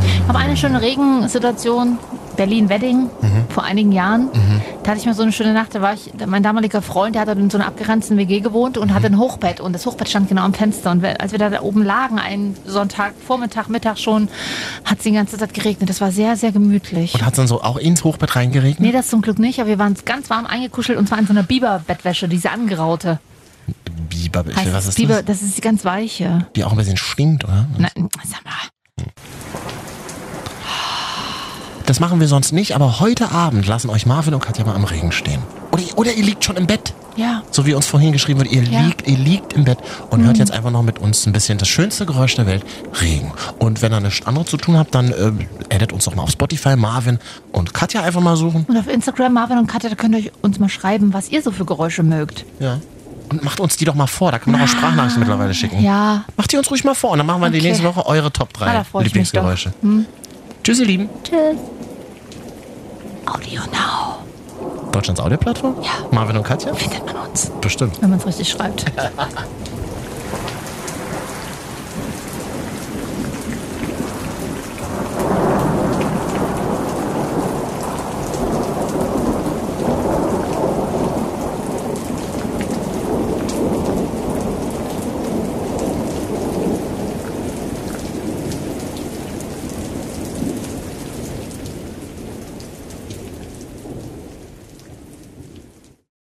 S2: Ich habe eine schöne Regensituation. Berlin-Wedding vor einigen Jahren. Da hatte ich mal so eine schöne Nacht. Da war ich, mein damaliger Freund, der hat in so einer abgeranzten WG gewohnt und hatte ein Hochbett. Und das Hochbett stand genau am Fenster. Und wir- als wir da, da oben lagen, einen Sonntag, Vormittag, Mittag schon, hat es die ganze Zeit geregnet. Das war sehr, sehr gemütlich.
S1: Und hat dann so auch ins Hochbett reingeregnet?
S2: Nee, das zum Glück nicht, aber wir waren ganz warm eingekuschelt und zwar in so einer Biberbettwäsche, diese angeraute.
S1: Biber,
S2: Heißt
S1: was
S2: es
S1: ist
S2: Biber,
S1: das?
S2: das? ist die ganz weiche.
S1: Die auch ein bisschen stinkt, oder?
S2: Na, sag mal.
S1: Das machen wir sonst nicht, aber heute Abend lassen euch Marvin und Katja mal am Regen stehen. Oder, oder ihr liegt schon im Bett.
S2: Ja.
S1: So wie uns vorhin geschrieben wird, ihr
S2: Ja. Mhm.
S1: liegt, ihr liegt im Bett und hört jetzt einfach noch mit uns ein bisschen das schönste Geräusch der Welt, Regen. Und wenn ihr nichts anderes zu tun habt, dann ähm, addet uns doch mal auf Spotify, Marvin und Katja einfach mal suchen.
S2: Und auf Instagram, Marvin und Katja, da könnt ihr euch- uns mal schreiben, was ihr so für Geräusche mögt.
S1: Ja. Und macht uns die doch mal vor, da kann man auch Sprachnachrichten mittlerweile schicken.
S2: Ah, Ja.
S1: Macht die uns ruhig mal vor und dann machen wir die
S2: Okay.
S1: nächste Woche eure Top
S2: Ah,
S1: 3
S2: da freu ich mich doch. Hm.
S1: Lieblingsgeräusche. Tschüss, ihr Lieben.
S2: Audio Now
S1: Deutschlands Audioplattform? Ja. Marvin und Katja?
S2: findet man uns,
S1: Bestimmt.
S2: wenn man es richtig schreibt.